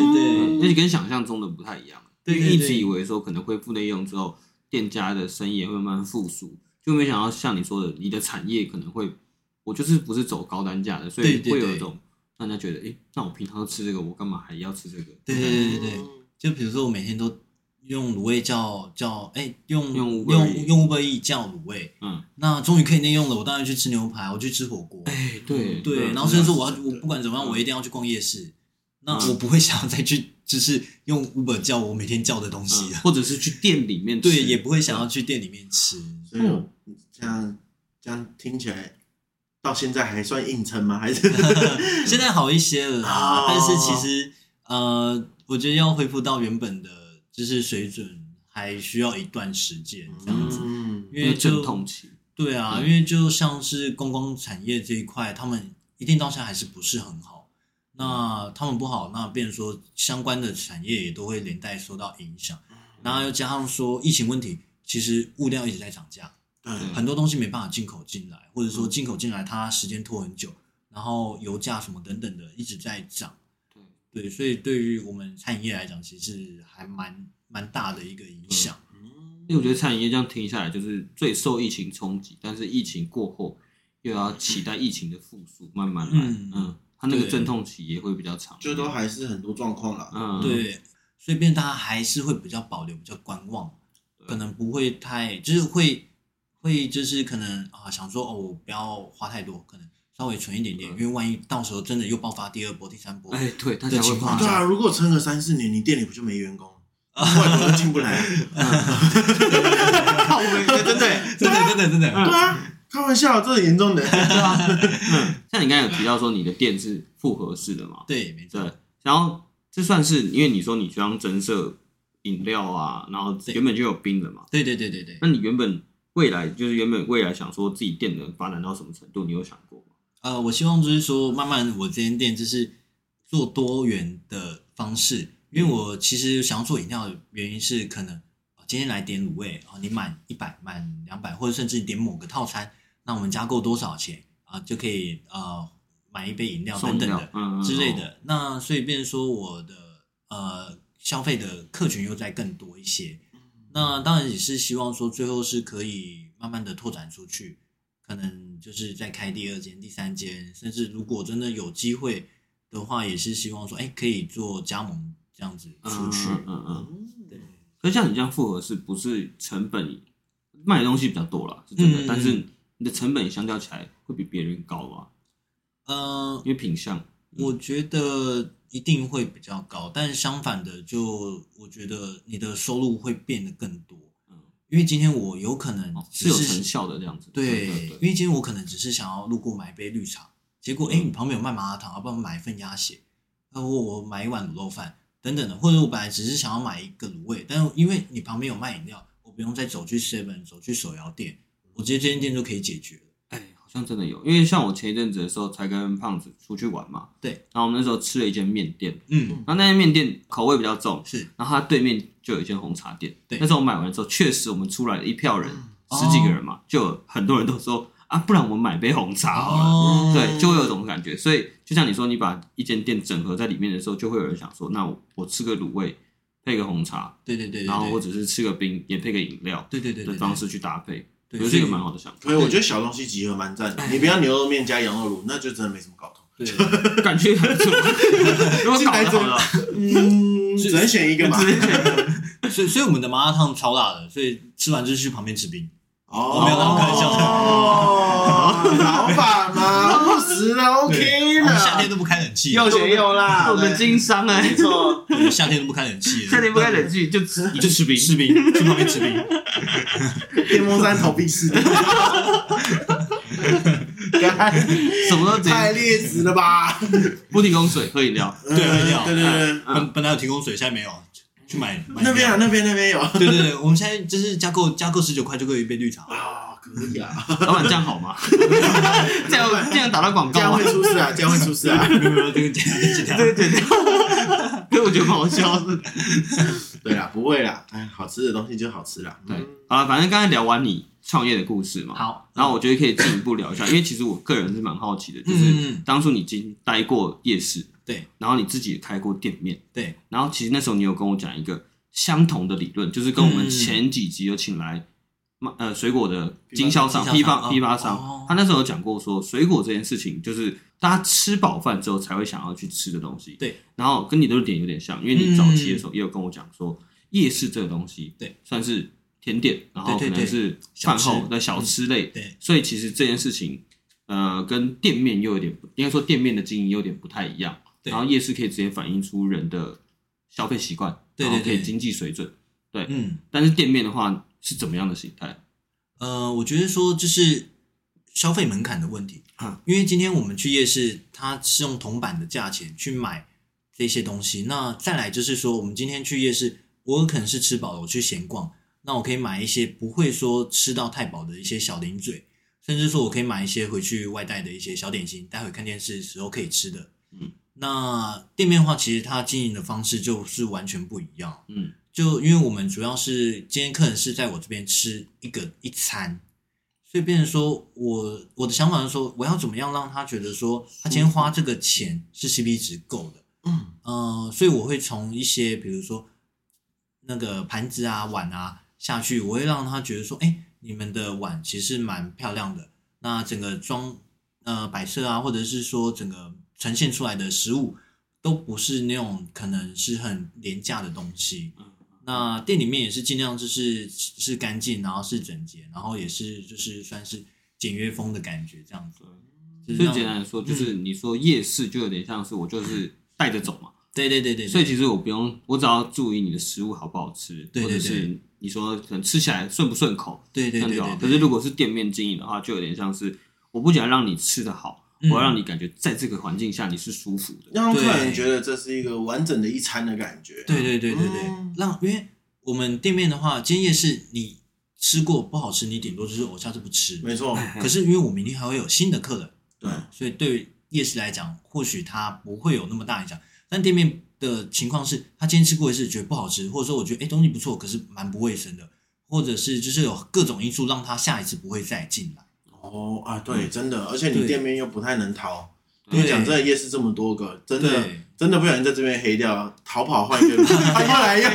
嗯而且跟想象中的不太一样，
对
因为
对
一
对
直以为说可能恢复内用之后，店家的生意也会慢慢复苏，就没想到像你说的，你的产业可能会，我就是不是走高单价的，所
对
以
对
会有
对
一种让人家觉得，诶，那我平常都吃这个，我干嘛还要吃这个？
对对对对
嗯
对，就比如说我每天都用卤味叫叫，哎、用
用 Uber
用
Eats
用 Uber E 叫卤味，
嗯，
那终于可以内用了，我当然去吃牛排，我去吃火锅，
哎，对
对，
嗯
然后甚至说我要
是
我
的
不管怎么样，
嗯
我一定要去逛夜市，那
嗯
我不会想要再去就是用 Uber 叫我每天叫的东西
嗯
了，
或者是去店里面吃，
啊对，也不会想要去店里面吃，
所以
嗯
我这样这样听起来，到现在还算硬撑吗？ 还是
现在好一些了啦
哦，
但是其实呃，我觉得要恢复到原本的就是水准，还需要一段时间这样子。
嗯
因
因
为
为就
阵痛期，
对啊，
嗯
因为就像是观光产业这一块，他们一定到现在还是不是很好。那他们不好，那变成说相关的产业也都会连带受到影响。然后又加上说疫情问题，其实物料一直在涨价，
对
嗯
很多东西没办法进口进来，或者说进口进来它时间拖很久，然后油价什么等等的一直在涨。
对
对，所以对于我们餐饮业来讲，其实还蛮蛮大的一个影响。
因为我觉得餐饮业这样听下来，就是最受疫情冲击，但是疫情过后又要期待疫情的复苏，慢慢来，
嗯
嗯，它那个
对
阵痛期也会比较长，
就都还是很多状况啦。
嗯，
对，所以变大家还是会比较保留、比较观望，可能不会太就是会会就是可能啊想说哦，我不要花太多，可能稍微存一点点，因为万一到时候真的又爆发第二波、第三波，
哎，对，大家
的
会
情况
怕
下
对啊，如果撑个三四年，你店里不就没员工了？外国都进不来，啊
嗯
靠背，
真的欸
真的真的真的，
对啊，开玩笑，这很严重的。
嗯像你刚才有提到说你的店是复合式的嘛？
对，没
对
错，，
然后这算是因为你说你就要增设饮料啊，然后
对
原本就有冰的嘛，
对对对对对
那，你原本未来就是原本未来想说自己店能发展到什么程度，你有想过吗？
呃，我希望就是说，慢慢我这间店就是做多元的方式，
嗯
因为我其实想要做饮料的原因是，可能呃今天来点卤味啊、哦你满一百、满两百，或者甚至你点某个套餐，那我们加购多少钱啊、就可以呃买一杯饮料
送饮
等等
料
的
嗯嗯
之类
嗯
的。那所以变成说我的呃消费的客群又再更多一些，
嗯
那当然也是希望说最后是可以慢慢的拓展出去。可能就是再开第二间、第三间，甚至如果真的有机会的话，也是希望说，哎、可以做加盟这样子出去。
嗯嗯嗯。
对
可是像你这样复合式，不是成本卖的东西比较多啦，是真的，
嗯
但是你的成本相较起来会比别人高吧？
呃，
因为品相，
我觉得一定会比较高，但相反的就，我觉得你的收入会变得更多，
嗯，
因为今天我有可能
哦是
嗯只
有
是
成效的这样子。
对，
对嗯
因为今天我可能只是想要路过买一杯绿茶，结果哎、诶你旁边有卖麻辣烫，要不要买一份鸭血？啊，我我买一碗卤肉饭等等的，或者我本来只是想要买一个卤味，但是因为你旁边有卖饮料，我不用再走去 Seven 走去手摇店，我直接这间店就可以解决了。
哎，好像真的有，因为像我前一阵子的时候才跟胖子出去玩嘛，
对，
然后我们那时候吃了一间面店，
嗯，
然后那间面店口味比较重，
是
然后它对面就有一间红茶店，
对
那时候我买完之后，确实我们出来了一票人，
哦
十几个人嘛，就有很多人都说啊，不然我们买杯红茶好了。
哦
对，就会有这种感觉。所以就像你说，你把一间店整合在里面的时候，就会有人想说，那我我吃个卤味配个红茶，
对对对对对，
然后或者是吃个冰也配个饮料
对对对
的
对
方式去搭配，我
对
觉得这个蛮好的想法
所以。我觉得小东西集合蛮赞的。你不要牛肉面加羊肉卤，那就真的没什么搞头。
对，
感觉很错，如果搞得好了，
啊
嗯，只能选一个嘛。
对所以所以我们的麻辣烫超辣的，所以吃完就去旁边吃冰。
哦
我没有那么开玩笑
哦，老板嘛，务实的，OK
我们夏天
的，
都不开冷气，
又学又辣，
我们经商哎
没，错。
对夏天都不开冷气，
夏天不开冷气就吃就吃冰，
吃冰，去旁边吃冰。
电风扇投币式的，干
什么都直
太
接
劣质了吧？
不提供水喝饮料，
对
喝饮料
对对对，
嗯
本本来有提供水，现在没有，去买买饮料
那边啊，那边那边有
对对对，我们现在就是加购加购十九块就可以一杯绿茶。
啊，可以啊，
老板这样好吗？ 这样这样打到广
这样
告吗
会？出事 啊，这样会出事啊。
没有没有，这个简单简 单。
对对对，因为我觉得蛮好笑的。
对啦，不会啦，哎，好吃的东西就好吃啦。
对
嗯，
啊，反正刚才聊完你创业的故事嘛，
好，
然后我觉得可以进一步聊一下，因为其实我个人是蛮好奇的，就是
嗯，
当初你经待过夜市，
对，
然后你自己也开过店面，
对，
然后其实那时候你有跟我讲一个相同的理论，就是跟我们
嗯
前几集有请来。卖呃，水果的经销商、批
批发
发
商
批发
哦
商，他那时候有讲过说，水果这件事情就是大家吃饱饭之后才会想要去吃的东西。
对，
然后跟你的点有点像，因为你早期的时候也有跟我讲说，夜市这个东西，
对，
算是甜点，然后可
对
能
对对
是饭
小
后
吃
的小吃类，
对，
所以其实这件事情，呃，跟店面又有点不，应该说店面的经营有点不太一样。
对
然后夜市可以直接反映出人的消费习惯，
对对
然后可以
对
经济水准。
嗯
但是店面的话是怎么样的形态？
呃，我觉得说就是消费门槛的问题
啊，
因为今天我们去夜市，它是用铜板的价钱去买这些东西。那再来就是说，我们今天去夜市，我可能是吃饱了，我去闲逛，那我可以买一些不会说吃到太饱的一些小零嘴，甚至说我可以买一些回去外带的一些小点心，待会看电视时候可以吃的。
嗯，
那店面的话，其实它经营的方式就是完全不一样。
嗯，
就因为我们主要是今天客人是在我这边吃一个一餐，所以变成说我我的想法是说，我要怎么样让他觉得说他今天花这个钱是 CP 值够的，
嗯，
呃，所以我会从一些比如说那个盘子啊、碗啊下去，我会让他觉得说，哎，你们的碗其实蛮漂亮的，那整个装呃摆设啊，或者是说整个呈现出来的食物，都不是那种可能是很廉价的东西。
嗯
那店里面也是尽量就是是干净，然后是整洁，然后也是就是算是简约风的感觉这样子。就是嗯
最
让
简单来说，就是你说夜市就有点像是我就是带着走嘛，
对对嗯对对，对
所以其实我不用，我只要注意你的食物好不好吃，
对对
或者是你说可能吃起来顺不顺口，
对对
这样
对
就
对
好。
对，
可是如果是店面经营的话，就有点像是我不想让你吃的好，
嗯
我要让你感觉在这个环境下你是舒服 的。
让客人觉得这是一个完整的一餐的感觉。
对对对对对，
哦
嗯
让因为我们店面的话，今天夜市你吃过不好吃，你顶多就是我下次不吃。
没错，
可是因为我明天还会有新的客人，
对，
所以对于夜市来讲，或许它不会有那么大影响。但店面的情况是，他今天吃过一次觉得不好吃，或者说我觉得哎东西不错，可是蛮不卫生的，或者是就是有各种因素让他下一次不会再进来。
哦啊，对，真的，而且你
对
店面又不太能逃。
对
你讲真的，夜市这么多个，真的
对
真的不小心在这边黑掉，逃跑换一个，他又来又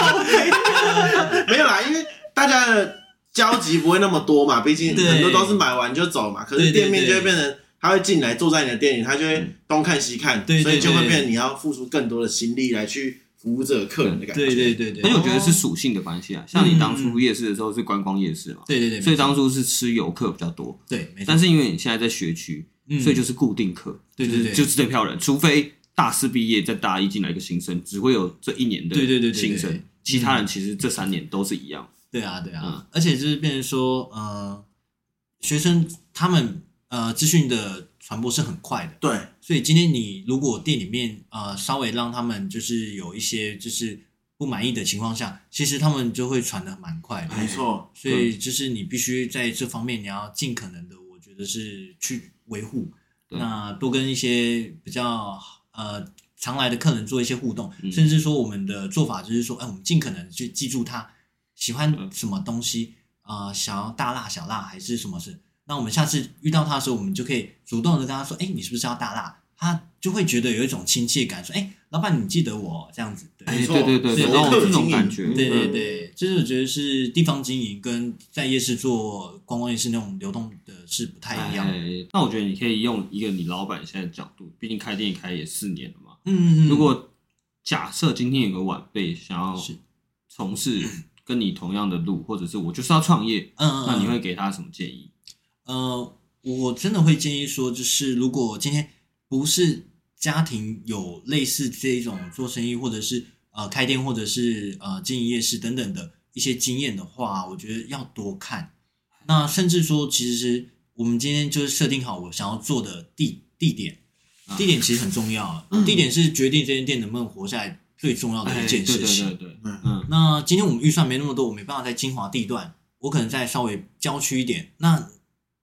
来， 没有啦，因为大家的交集不会那么多嘛，毕竟
对
很多都是买完就走嘛。可是
对对
店面就会
对
变成他会进来坐在你的店里，他就会东看西看，
对对
所以就
对
会变成你要付出更多的心力来去服务这个客人的感觉。
对对对对
而且
对
我觉得是属性的关系啊，像你当初夜市的时候是观光夜市嘛，
对对，
所以
没错
当初是吃游客比较多，
对没错，
但是因为你现在在学区，
嗯
所以就是固定客，
对
就
对
是
对
就是这票人，除非大四毕业再大一进来一个新生，只会有这一年的
对对对对对嗯
新生
对，
其他人其实这三年都是一样。
对啊，对啊，
嗯
而且就是变成说，呃，学生他们呃资讯的传播是很快的。
对，
所以今天你如果店里面呃稍微让他们就是有一些就是不满意的情况下，其实他们就会传的蛮快的。
没错，
所以就是你必须在这方面你要尽可能的，我觉得是去维护，
对
那多跟一些比较呃常来的客人做一些互动，
嗯
甚至说我们的做法就是说，哎，我们尽可能去记住他喜欢
嗯
什么东西啊、呃想要大辣小辣还是什么事。那我们下次遇到他的时候，我们就可以主动的跟他说，哎，你是不是要大辣？他就会觉得有一种亲切感，说，哎，老板你记得我哦这样子。对
哎
没错，
对对对
对
熟
然
客
后
这种
经营
感觉
对对
嗯
对，就是我觉得是地方经营跟在夜市做观光夜市那种流动的是不太一样的。
哎那我觉得你可以用一个你老板现在的角度，毕竟开店开也四年了嘛。
嗯，嗯
如果假设今天有个晚辈想要
是
从事跟你同样的路，或者是我就是要创业，
嗯嗯，嗯
那你会给他什么建议？
呃，我真的会建议说，就是如果今天不是家庭有类似这一种做生意，或者是呃开店，或者是呃经营夜市等等的一些经验的话，我觉得要多看。那甚至说，其实我们今天就是设定好我想要做的地地点，地点其实很重要啊，
嗯
地点是决定这间店能不能活下来最重要的
哎
一
对
件
对
事情。
对对，
嗯
嗯，
那今天我们预算没那么多，我没办法在精华地段，我可能在稍微郊区一点。那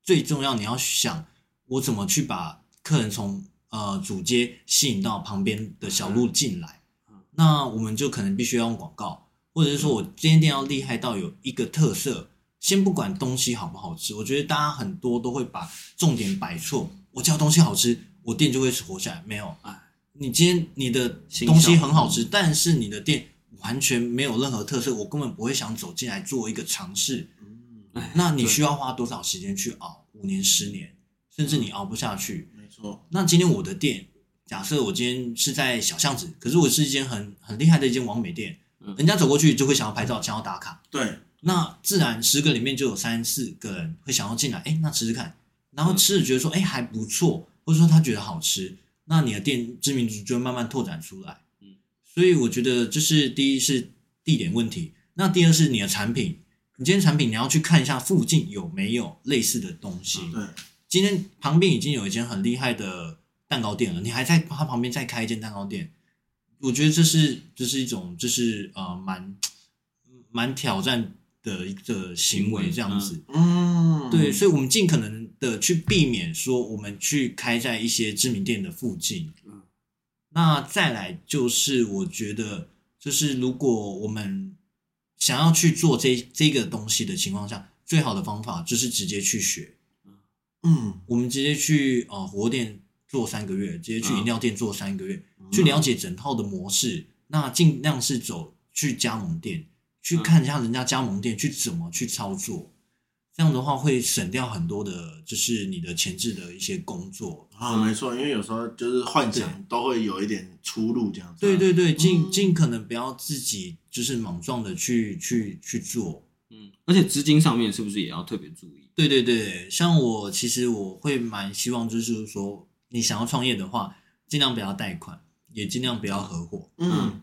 最重要，你要想我怎么去把客人从呃主街吸引到旁边的小路进来。那我们就可能必须要用广告，或者是说我今天店要厉害到有一个特色，先不管东西好不好吃，我觉得大家很多都会把重点摆错。我只要东西好吃，我店就会活下来。没有啊
哎，
你今天你的
行销嗯
东西很好吃，但是你的店完全没有任何特色，我根本不会想走进来做一个尝试。
哎
那你
对
需要花多少时间去熬？五年、十年，甚至你熬不下去。
没错，
那今天我的店，假设我今天是在小巷子，可是我是一间很很厉害的一间网美店
嗯，
人家走过去就会想要拍照，想要打卡，
对，
那自然十个里面就有三四个人会想要进来，哎，那吃吃看，然后
嗯
吃了觉得说，哎，还不错，或者说他觉得好吃，那你的店知名度就会慢慢拓展出来。
嗯
所以我觉得这是第一是地点问题，那第二是你的产品，你今天产品你要去看一下附近有没有类似的东西。
对，
今天旁边已经有一间很厉害的蛋糕店了，你还在它旁边再开一间蛋糕店，我觉得这是这是一种就是呃蛮蛮挑战的一个行为这样子。
嗯，
对，所以我们尽可能的去避免说我们去开在一些知名店的附近。
嗯
那再来就是我觉得就是如果我们想要去做这这个东西的情况下，最好的方法就是直接去学。
嗯，
我们直接去呃火锅店做三个月，直接去
嗯
饮料店做三个月，
嗯
去了解整套的模式。那尽量是走去加盟店，
嗯
去看一下人家加盟店去怎么去操作。这样的话会省掉很多的，就是你的前置的一些工作。
啊，没错，因为有时候就是幻想都会有一点出入这样子，
对对对，尽
嗯
尽可能不要自己就是莽撞的去去去做。
嗯，而且资金上面是不是也要特别注意？
对对对，像我其实我会蛮希望，就是说你想要创业的话，尽量不要贷款，也尽量不要合伙。
嗯，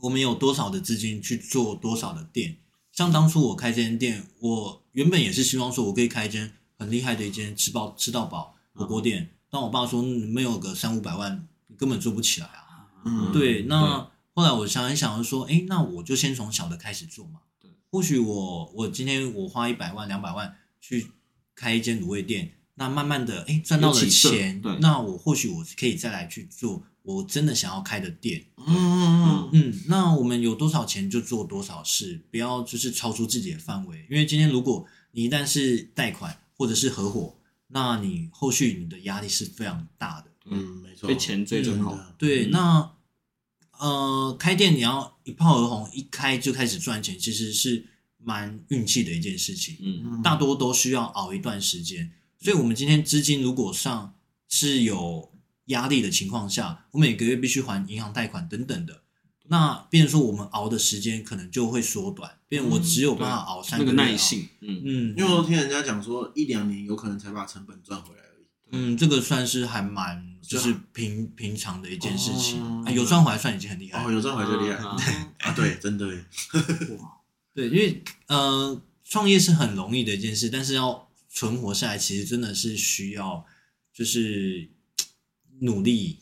我们有多少的资金去做多少的店？像当初我开这间店，我原本也是希望说我可以开一间很厉害的一间吃饱吃到饱火锅店，但我爸说你没有个三五百万，你根本做不起来啊。
嗯
对，那后来我想一想，我说，哎，那我就先从小的开始做嘛。
对，
或许我我今天我花一百万、两百万去开一间卤味店，那慢慢的，哎，赚到
有
了
起色
钱
对，
那我或许我可以再来去做我真的想要开的店。
嗯嗯嗯，
嗯，那我们有多少钱就做多少事，不要就是超出自己的范围。因为今天如果你一旦是贷款或者是合伙，那你后续你的压力是非常大的。
嗯，没错，
被钱追着跑，
对，
嗯
那呃，开店你要一炮而红，一开就开始赚钱，其实是蛮运气的一件事情，
嗯，
大多都需要熬一段时间。所以，我们今天资金如果上是有压力的情况下，我每个月必须还银行贷款等等的，那变成说我们熬的时间可能就会缩短，变
嗯
成我只有办法熬三
那
个
个
月
耐
熬，
性，嗯，
嗯，
因为我听人家讲说一两年有可能才把成本赚回来而已。
嗯，这个算是还蛮就
这
是平平常的一件事情，
啊哦
啊有赚回来算已经很厉害了
哦，。有赚回就厉害
啊
啊！对，真的耶，
对，因为呃，创业是很容易的一件事，但是要存活下来，其实真的是需要就是努力。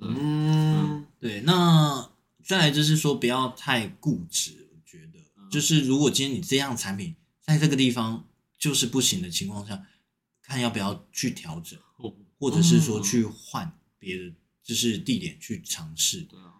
嗯，
对，那再来就是说不要太固执，我觉得
嗯
就是如果今天你这样产品在这个地方就是不行的情况下，看要不要去调整，
哦
或者是说
嗯
去换别的就是地点去尝试。
对嗯啊，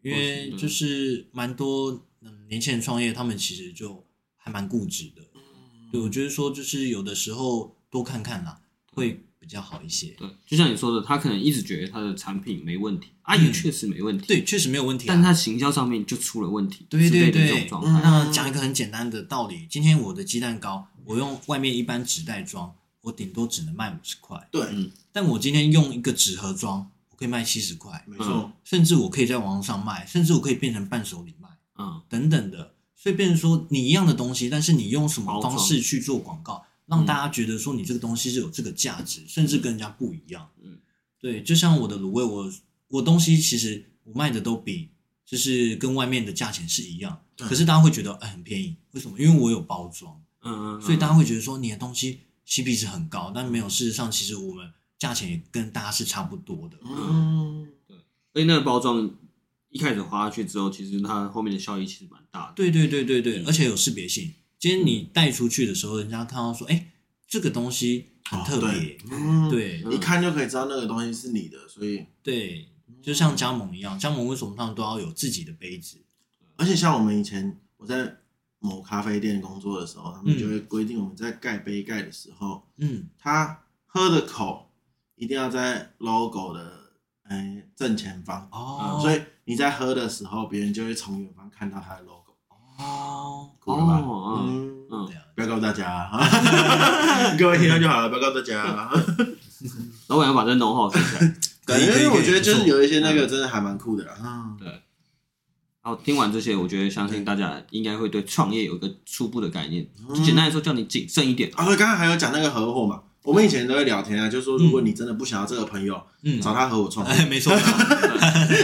对，因为就是蛮多嗯年轻人创业，他们其实就还蛮固执的。
嗯
对，我觉得说就是有的时候多看看啦，会比较好一些。
对，啊就像你说的，他可能一直觉得他的产品没问题，啊，也
嗯
确实没问题，
对，确实没有问题、啊。
但他行销上面就出了问题，
对对嗯
之类的这
对
种，状态，嗯
那讲一个很简单的道理，今天我的鸡蛋糕，我用外面一般纸袋装，我顶多只能卖五十块，
对，
但我今天用一个纸盒装，我可以卖七十块，
没错，
甚至我可以在网络上卖，甚至我可以变成伴手礼卖
嗯，
等等的。所以变成说，你一样的东西，但是你用什么
包装
方式去做广告，让大家觉得说你这个东西是有这个价值，甚至跟人家不一样。
嗯，
对，就像我的卤味，我我东西其实我卖的都比就是跟外面的价钱是一样，
嗯
对
可是大家会觉得哎、很便宜，为什么？因为我有包装，
嗯嗯，
所以大家会觉得说你的东西 CP 值很高，但没有。事实上，其实我们价钱也跟大家是差不多的。
嗯，
而且那个包装一开始花下去之后，其实它后面的效益其实蛮大的，
对对对对对，而且有识别性。今天你带出去的时候，人家看到说，哎、这个东西
哦
很特别、
嗯，
对嗯
一看就可以知道那个东西是你的，所以
对，就像加盟一样，加盟为什么他们都要有自己的杯子？
而且像我们以前我在某咖啡店工作的时候，他们就会规定我们在盖杯盖的时候，
嗯，
他喝的口一定要在 logo 的哎正前方，
哦，
所
以
以你在喝的时候，别人就会从远方看到他的 logo，
哦，
酷了吧？
哦
嗯，
嗯
对啊，
不要告诉大家啊， 各位听到就好了，不要告诉大家 啊。
老板要把这 know how 写下来。
可以
因
可以
为我
可以
觉得就是
不错嗯
有一些那个真的还蛮酷的啦。嗯，
对。然后听完这些，我觉得相信大家应该会对创业有一个初步的概念。
嗯
就简单来说，叫你谨慎一点。
啊，对，刚刚还有讲那个合伙嘛，我们以前都会聊天啊，就说如果你真的不想要这个朋友，
嗯，
找他合伙创业
哎，。没错，没错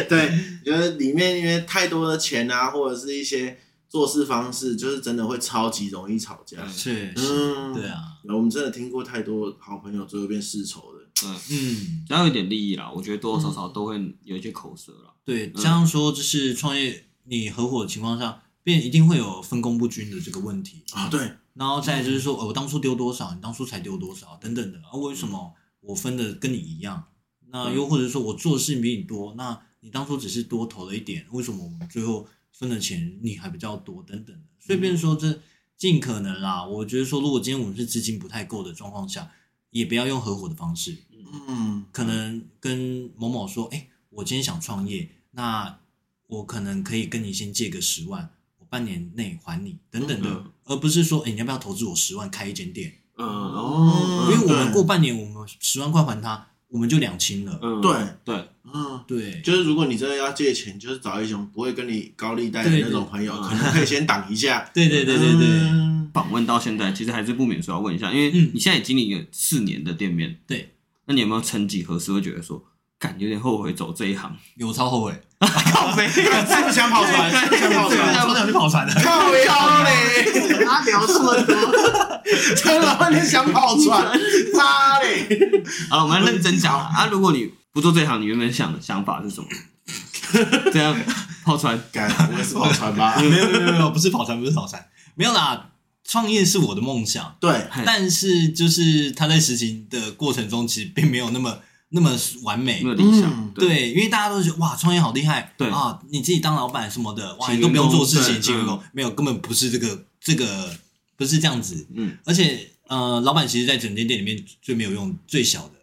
对，觉得里面因为太多的钱啊，或者是一些做事方式，就是真的会超级容易吵架。
是，是
嗯，
对，啊，
我们真的听过太多好朋友最后变世仇的。
嗯，
嗯，
只要有点利益啦，我觉得多多少少都会有一些口舌啦。
对，这样说就是创业，你合伙的情况下，便一定会有分工不均的这个问题
啊，对，
然后再来就是说，呃，我当初丢多少，你当初才丢多少，等等的啊，为什么我分的跟你一样？那
嗯
又或者说我做的事情比你多，那你当初只是多投了一点，为什么我们最后分的钱你还比较多，等等的。所以，便是说这尽可能啦，我觉得说，如果今天我们是资金不太够的状况下，也不要用合伙的方式，
嗯，
可能跟某某说，哎、我今天想创业，那我可能可以跟你先借个十万，我半年内还你，等等的，
嗯
而不是说，哎、你要不要投资我十万开一间店？
嗯，
嗯
哦，
因为我
对
们过半年，我们十万块还他，我们就两清了。
嗯，
对，
对，
嗯，
对，
就是如果你真的要借钱，就是找一种不会跟你高利贷的
对
那种
对
朋友，
嗯
可能可以先挡一下。
对对对对对
嗯
访问到现在，其实还是不免说要问一下，因为
嗯
你现在已经有四年的店面，
对，
那你有没有曾几何时会觉得说，感有点后悔走这一 行？
有超后悔，
靠背，
是不想跑船，是 不想跑
对
船
对。
超想去跑船的。
靠腰嘞，他聊这么多， 真的半天想跑船，妈嘞！
好了，我们来认真讲啊啊！如果你不做这行，你原本想的想法是 什么？这样泡船，
敢，我也是跑船吧？
没有没有没有没有，不是跑船，不是跑船，没有啦。创业是我的梦想，
对，
嘿
但是就是他在实行的过程中，其实并没有那么那么完美
没。有理想
嗯，
对，因为大家都觉得哇，创业好厉害，
对
啊，你自己当老板什么的，哇，
请
你都不用
员工
做事
对
情，请
嗯
员工，没有，根本不是这个这个不是这样子。
嗯，
而且呃，老板其实，在整间店里面最没有用、最小的，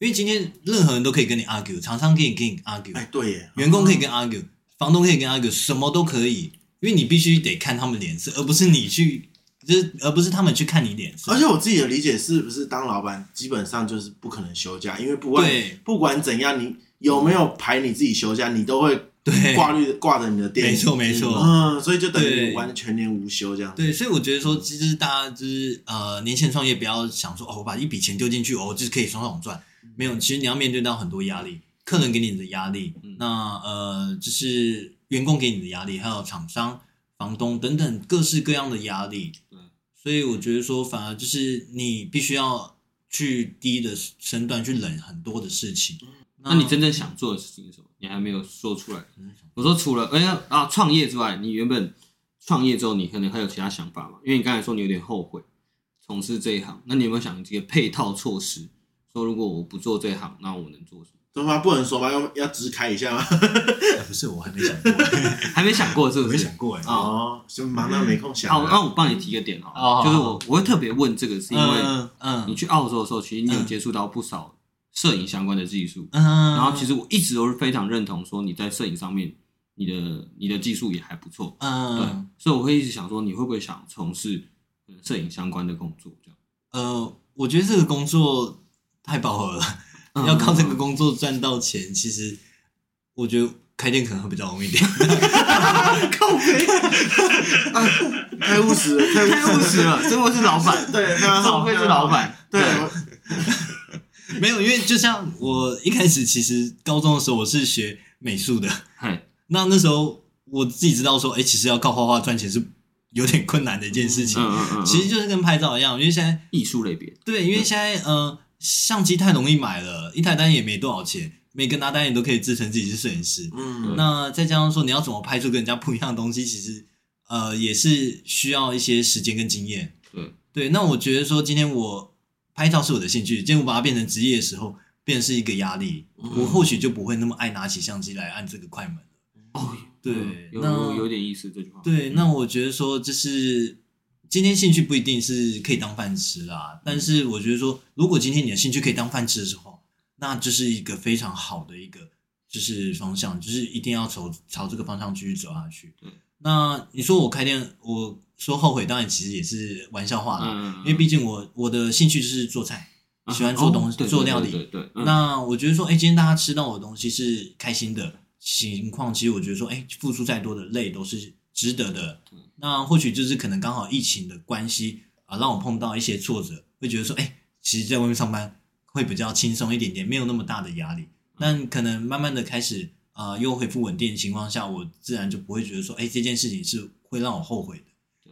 因为今天任何人都可以跟你 argue，厂商可以跟你 argue，
哎，对耶，
员工可以跟 argue，房东可以跟 argue，什么都可以，因为你必须得看他们脸色，而不是你去，就是而不是他们去看你脸色。
哎
而且我自己的理解是不是当老板基本上就是不可能休假，因为不管
对
不管怎样，你有没有排你自己休假，你都会
对，
挂虑挂着你的店。
没错没错
嗯，所以就等于
对
完全年无休这样。
对，所以我觉得说，其实大家就是呃，年轻人创业不要想说哦，我把一笔钱丢进去，哦，就是可以爽爽赚。没有，其实你要面对到很多压力，客人给你的压力，
嗯
那呃，就是员工给你的压力，还有厂商、房东等等各式各样的压力。
对，
所以我觉得说，反而就是你必须要去低的身段去忍很多的事情。
嗯那你真正想做的事情是什么？你还没有说出来。我说除了哎呀啊创业之外，你原本创业之后，你可能还有其他想法嘛？因为你刚才说你有点后悔从事这一行，那你有没有想一些配套措施？说如果我不做这一行，那我能做什么？
对吧？不能说吧，要要支开一下吗？
哎不是，我还没想过，
还没想过是
我
不
没
是
想？过哎。
啊
哦，就忙到没空想
好，那
啊。
我帮你提个点好
哦
了，
好
就是我我会特别问这个，是因为
嗯嗯
你去澳洲的时候，其实你有接触到不少摄影相关的技术，
嗯，
然后其
实
实我一直都是非常认同说你在摄影上面，你的你的技术也还不错，对
嗯，
所以我会一直想说，你会不会想从事呃摄影相关的工作？这样
呃，我觉得这个工作太饱和了，
嗯
要靠这个工作赚到钱，其实我觉得开店可能会比较容易 一点。
靠背，啊太务实了，太
太务
务
实
实了。
了，真的是老板，
对，啊那
怎么会是老板？
对，
没有，因为就像我一开始其实高中的时候我是学美术的，
嘿，
那那时候我自己知道说，哎、其实要靠画画赚钱是有点困难的一件事情。
嗯嗯嗯，
其实就是跟拍照一样，因为现在
艺术类别，
对，因为现在呃相机太容易买了，一台单眼也没多少钱，每个拿单眼都可以自称自己是摄影师。
嗯，
那再加上说你要怎么拍出跟人家不一样的东西，其实呃也是需要一些时间跟经验。
对
对，那我觉得说今天我拍照是我的兴趣，今天我把它变成职业的时候，变成是一个压力，我或许就不会那么爱拿起相机来按这个快门了。
哦，
对
嗯有
那
有有点意思这句话，
对，那我觉得说就是今天兴趣不一定是可以当饭吃啦，但是我觉得说，如果今天你的兴趣可以当饭吃的时候，那就是一个非常好的一个就是方向，就是一定要朝朝这个方向继续走下去
对。
那你说我开店，我说后悔，当然其实也是玩笑话啦，
嗯，嗯，嗯
因为毕竟我我的兴趣就是做菜，
啊
喜欢做东
哦对
做料理
对对对，对嗯
那我觉得说，哎、今天大家吃到我的东西是开心的情况，其实我觉得说，哎、付出再多的累都是值得的。那或许就是可能刚好疫情的关系啊，让我碰到一些挫折，会觉得说，哎、其实在外面上班会比较轻松一点点，没有那么大的压力。但可能慢慢的开始啊、呃又恢复稳定的情况下，我自然就不会觉得说，哎、这件事情是会让我后悔的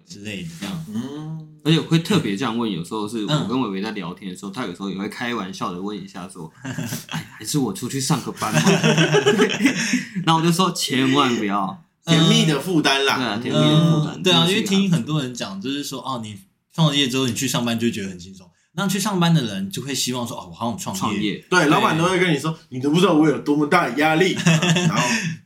之类的这样。
嗯，
而且我会特别这样问，有时候是我跟伟伟在聊天的时候，他有时候也会开玩笑的问一下说：“ 哎，还是我出去上个 班吧。”然后我就说：“千万不要，
甜蜜的负担
对啊
啦，
甜蜜的负担
嗯，对啊，因为
这个是一个
听很多人讲，就是说哦，你创业之后，你去上班就会觉得很轻松。那去上班的人就会希望说，哦，我好想创业。
创业
对，老板都会跟你说，你都不知道我有多么大的压 力，然后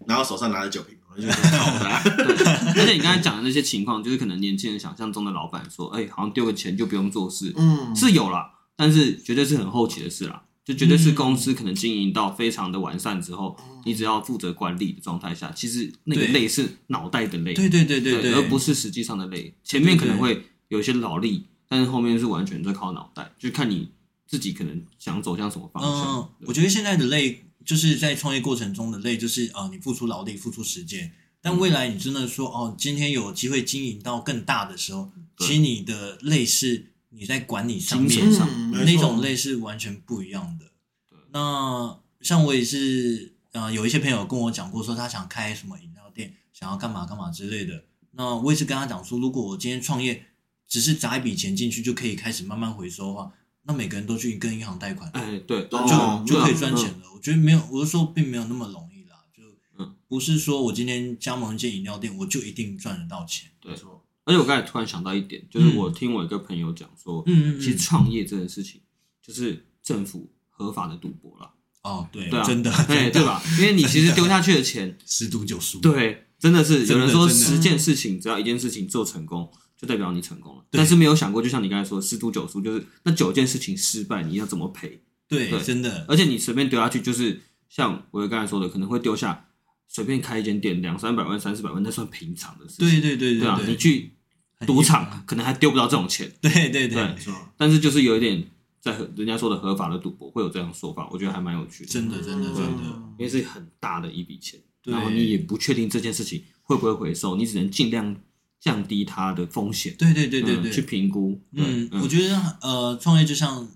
然后手上拿着酒瓶，我就觉得好的啊，
对，而且你刚才讲的那些情况，就是可能年轻人想象中的老板说：“哎，好像丢个钱就不用做事。”
嗯，
是有啦，但是绝对是很后期的事啦，就绝对是公司可能经营到非常的完善之后，你只要负责管理的状态下，其实那个
对
累是脑袋的累，
对对对对
对
对，
而不是实际上的累。前面可能会有一些劳力，但是后面是完全在靠脑袋，就看你自己可能想走向什么方向
嗯。，我觉得现在的累就是在创业过程中的累，就是呃，你付出劳力、付出时间，但
嗯
未来你真的说哦，今天有机会经营到更大的时候，
对
其实你的累是你在管理上
精神
面
上
嗯没错
那种类是完全不一样的
对。
那像我也是，呃，有一些朋友跟我讲过，说他想开什么饮料店，想要干嘛干嘛之类的。那我也是跟他讲说，如果我今天创业，只是砸一笔钱进去就可以开始慢慢回收的话，那每个人都去跟银行贷款，
哎，对，
就
就、
哦
就可以
对啊
赚钱了。我觉得没有，我是说并没有那么容易啦，就
嗯
不是说我今天加盟一间饮料店，我就一定赚得到钱。
没错，
而且我刚才突然想到一点，就是我听我一个朋友讲说，
嗯
其实创业这件事情就是政府合法的赌博啦，
哦，对，
对啊
真的，
哎，对吧？因为你其实丢下去的钱，
十赌九输。
对，真的是有人说
真的真的
十件事情，只要一件事情做成功，就代表你成功了。但是没有想过，就像你刚才说，十赌九输，就是那九件事情失败，你要怎么赔？
对，
对
真的，
而且你随便丢下去，就是像我刚才说的，可能会丢下随便开一间店两三百万、三四百万，那算平常的事情。
对对对
对啊，
对，
你去
很
赌
硬啊
场可能还丢不到这种钱，
对对
对
没错，
但是就是有一点在和人家说的合法的赌博会有这样说法，我觉得还蛮有趣的。啊
真的真的真的，
嗯
因为是很大的一笔钱，
对
然后你也不确定这件事情会不会回收，你只能尽量降低它的风险，
对对对对
嗯
对，
去评估。对
嗯，我
嗯，
觉得呃，创业就像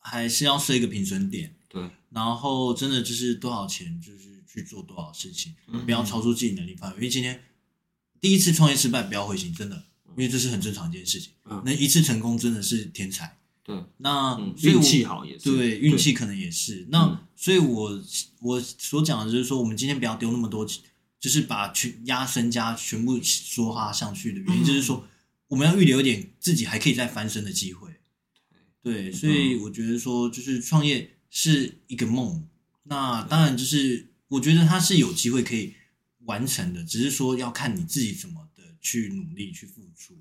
还是要设一个平衡点，
对，
然后真的就是多少钱就是去做多
嗯
少事情，不要超出自己能力范围。因为今天第一次创业失败，不要灰心，真的因为这是很正常的一件事情。
嗯
那一次成功真的是天才，
对，
那
嗯
所以
运
我
气好也是
对运气可能也是。那、
嗯
所以我我所讲的就是说，我们今天不要丢那么多，就是把全压身家全部说话上去的原因，
嗯
就是说我们要预留一点自己还可以再翻身的机会。对，所
嗯
以我觉得说，就是创业是一个梦，那当然就是我觉得它是有机会可以完成的，只是说要看你自己怎么的去努力去付出。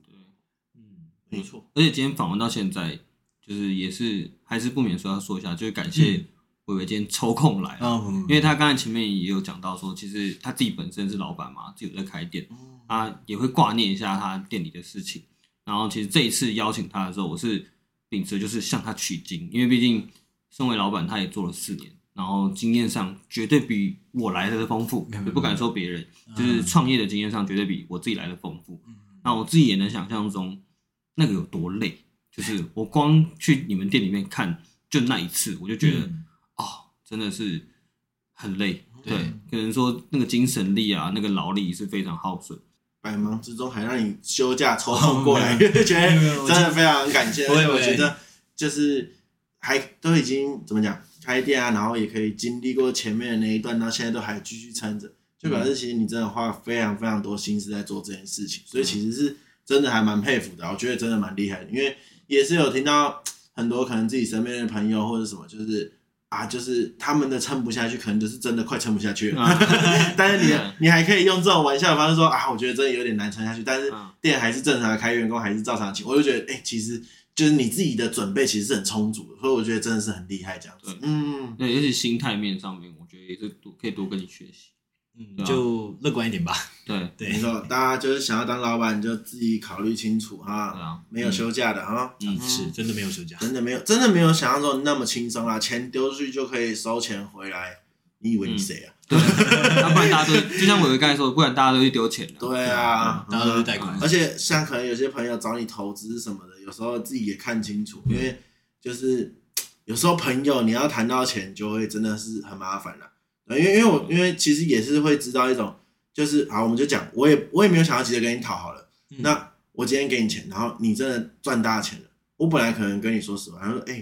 嗯，
没错，
而且今天访问到现在，就是也是还是不免说要说一下，就是感谢伟伟今天抽空来，
啊，不
因为他刚才前面也有讲到说，其实他自己本身是老板嘛，自己有在开店，他也会挂念一下他店里的事情。然后其实这一次邀请他的时候，我是秉持就是向他取经，因为毕竟身为老板，他也做了四年，然后经验上绝对比我来的丰富
没有，没有
也不敢说别人，
嗯
就是创业的经验上绝对比我自己来的丰富。那我自己也能想象中那个有多累，就是我光去你们店里面看，就那一次，我就觉
嗯
得。哦，真的是很累。对，可能说那个精神力啊，那个劳力是非常耗损。
百忙之中还让你休假抽空过来， 觉得真的非常感谢。
不
而
会
且
不会
我觉得就是还都已经怎么讲开店啊，然后也可以经历过前面的那一段，到现在都还继续撑着，就表示其实你真的花了非常非常多心思在做这件事情，所以其实是真的还蛮佩服的。我觉得真的蛮厉害的，因为也是有听到很多可能自己身边的朋友或者什么，就是。啊，就是他们的撑不下去，可能就是真的快撑不下去了。
啊
但是你
嗯
你还可以用这种玩笑的方式说啊，我觉得真的有点难撑下去，但是
嗯
店还是正常的开，员工还是照常请。我就觉得，哎、其实就是你自己的准备其实是很充足的，所以我觉得真的是很厉害这样子
对。
嗯，
对，尤其心态面上面，我觉得也是多可以多跟你学习。
嗯，
啊
就乐观一点吧。
对，
对
没，错，大家就是想要当老板，你就自己考虑清楚哈，
对啊
没有休假的哈。
嗯，是真的没有休假。
真的没有，真的没有想象中那么轻松啊！钱丢出去就可以收钱回来，你以为你谁啊？
嗯那不然大家都就像我刚才说，不然大家都去丢钱了。
对啊，
大家都是贷款
而且像可能有些朋友找你投资什么的，有时候自己也看清楚，因为就是有时候朋友你要谈到钱，就会真的是很麻烦了。呃因为因为我因为其实也是会知道一种，就是好，我们就讲，我也我也没有想要急着跟你讨好了。
嗯
那我今天给你钱，然后你真的赚大钱了，我本来可能跟你说实话，然后说，哎、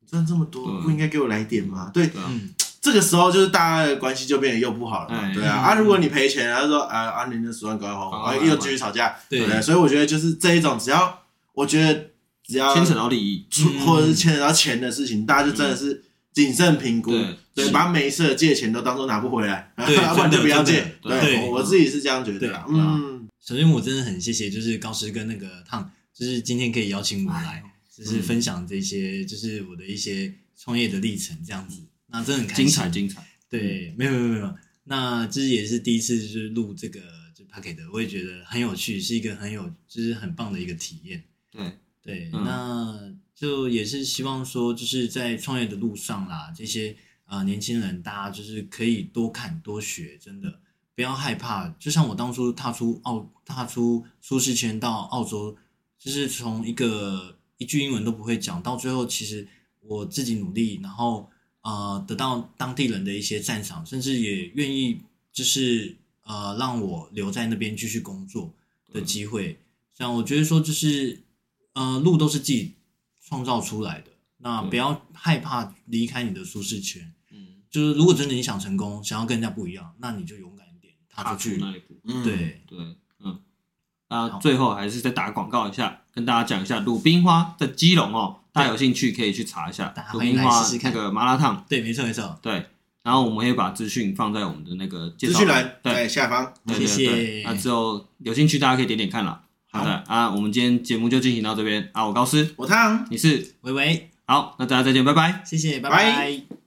你赚这么多，
对啊
不应该给我来点吗？对，
对啊，
嗯，
这个时候就是大家的关系就变得又不好了嘛，
哎
对啊，
嗯
啊，如果你赔钱，他就说啊啊，你那十万赶快还
赶
我，
快
啊，
还我
又继续吵架，
对
不所以我觉得就是这一种，只要我觉得只要
牵扯到利益，
出
嗯
或者是牵扯到钱的事情，大家就真的是谨慎评估
对，
对，
是
把每一次的借钱都当做拿不回来，
对
要不然就不要借，
真的
对，
对
我我自己是这样觉得啦，
对对啊
嗯，
首先我真的很谢谢，就是高师跟那个烫，就是今天可以邀请我来，就是分享这些，就是我的一些创业的历程这样子。那真的很开心
精彩精彩。
对，没有没有没有，那就是也是第一次就是录这个就 p a c k e t 我也觉得很有趣，是一个很有就是很棒的一个体验。
对，
对，
嗯
那就也是希望说，就是在创业的路上啦，这些啊、呃年轻人，大家就是可以多看多学，真的不要害怕。就像我当初踏出澳，踏出舒适圈到澳洲，就是从一个一句英文都不会讲，到最后其实我自己努力，然后呃得到当地人的一些赞赏，甚至也愿意就是呃让我留在那边继续工作的机会。这样我觉得说就是呃路都是自己创造出来的，那
对
不要害怕离开你的舒适圈。
嗯，
就是如果真的你想成功，想要跟人家不一样，那你就勇敢一点，踏
踏
出
出
去。
那一步。
嗯，
对，
对，嗯，那最后还是再打广告一下，跟大家讲一下鲁冰花在基隆哦，大家有兴趣可以去查一下
大家
鲁
欢迎
冰
来
花
试试
那
看
个麻辣烫。
对，没错没错。
对，然后我们会把资讯放在我们的那个介
资
绍
讯栏
对
在下方，
对
谢
对
谢
对，那之后有兴趣大家可以点点看啦。
好
好的啊，我们今天节目就进行到这边啊，我高斯，
我汤。
你是
喂喂，
好，那大家再见，拜拜。
谢谢，拜
拜
拜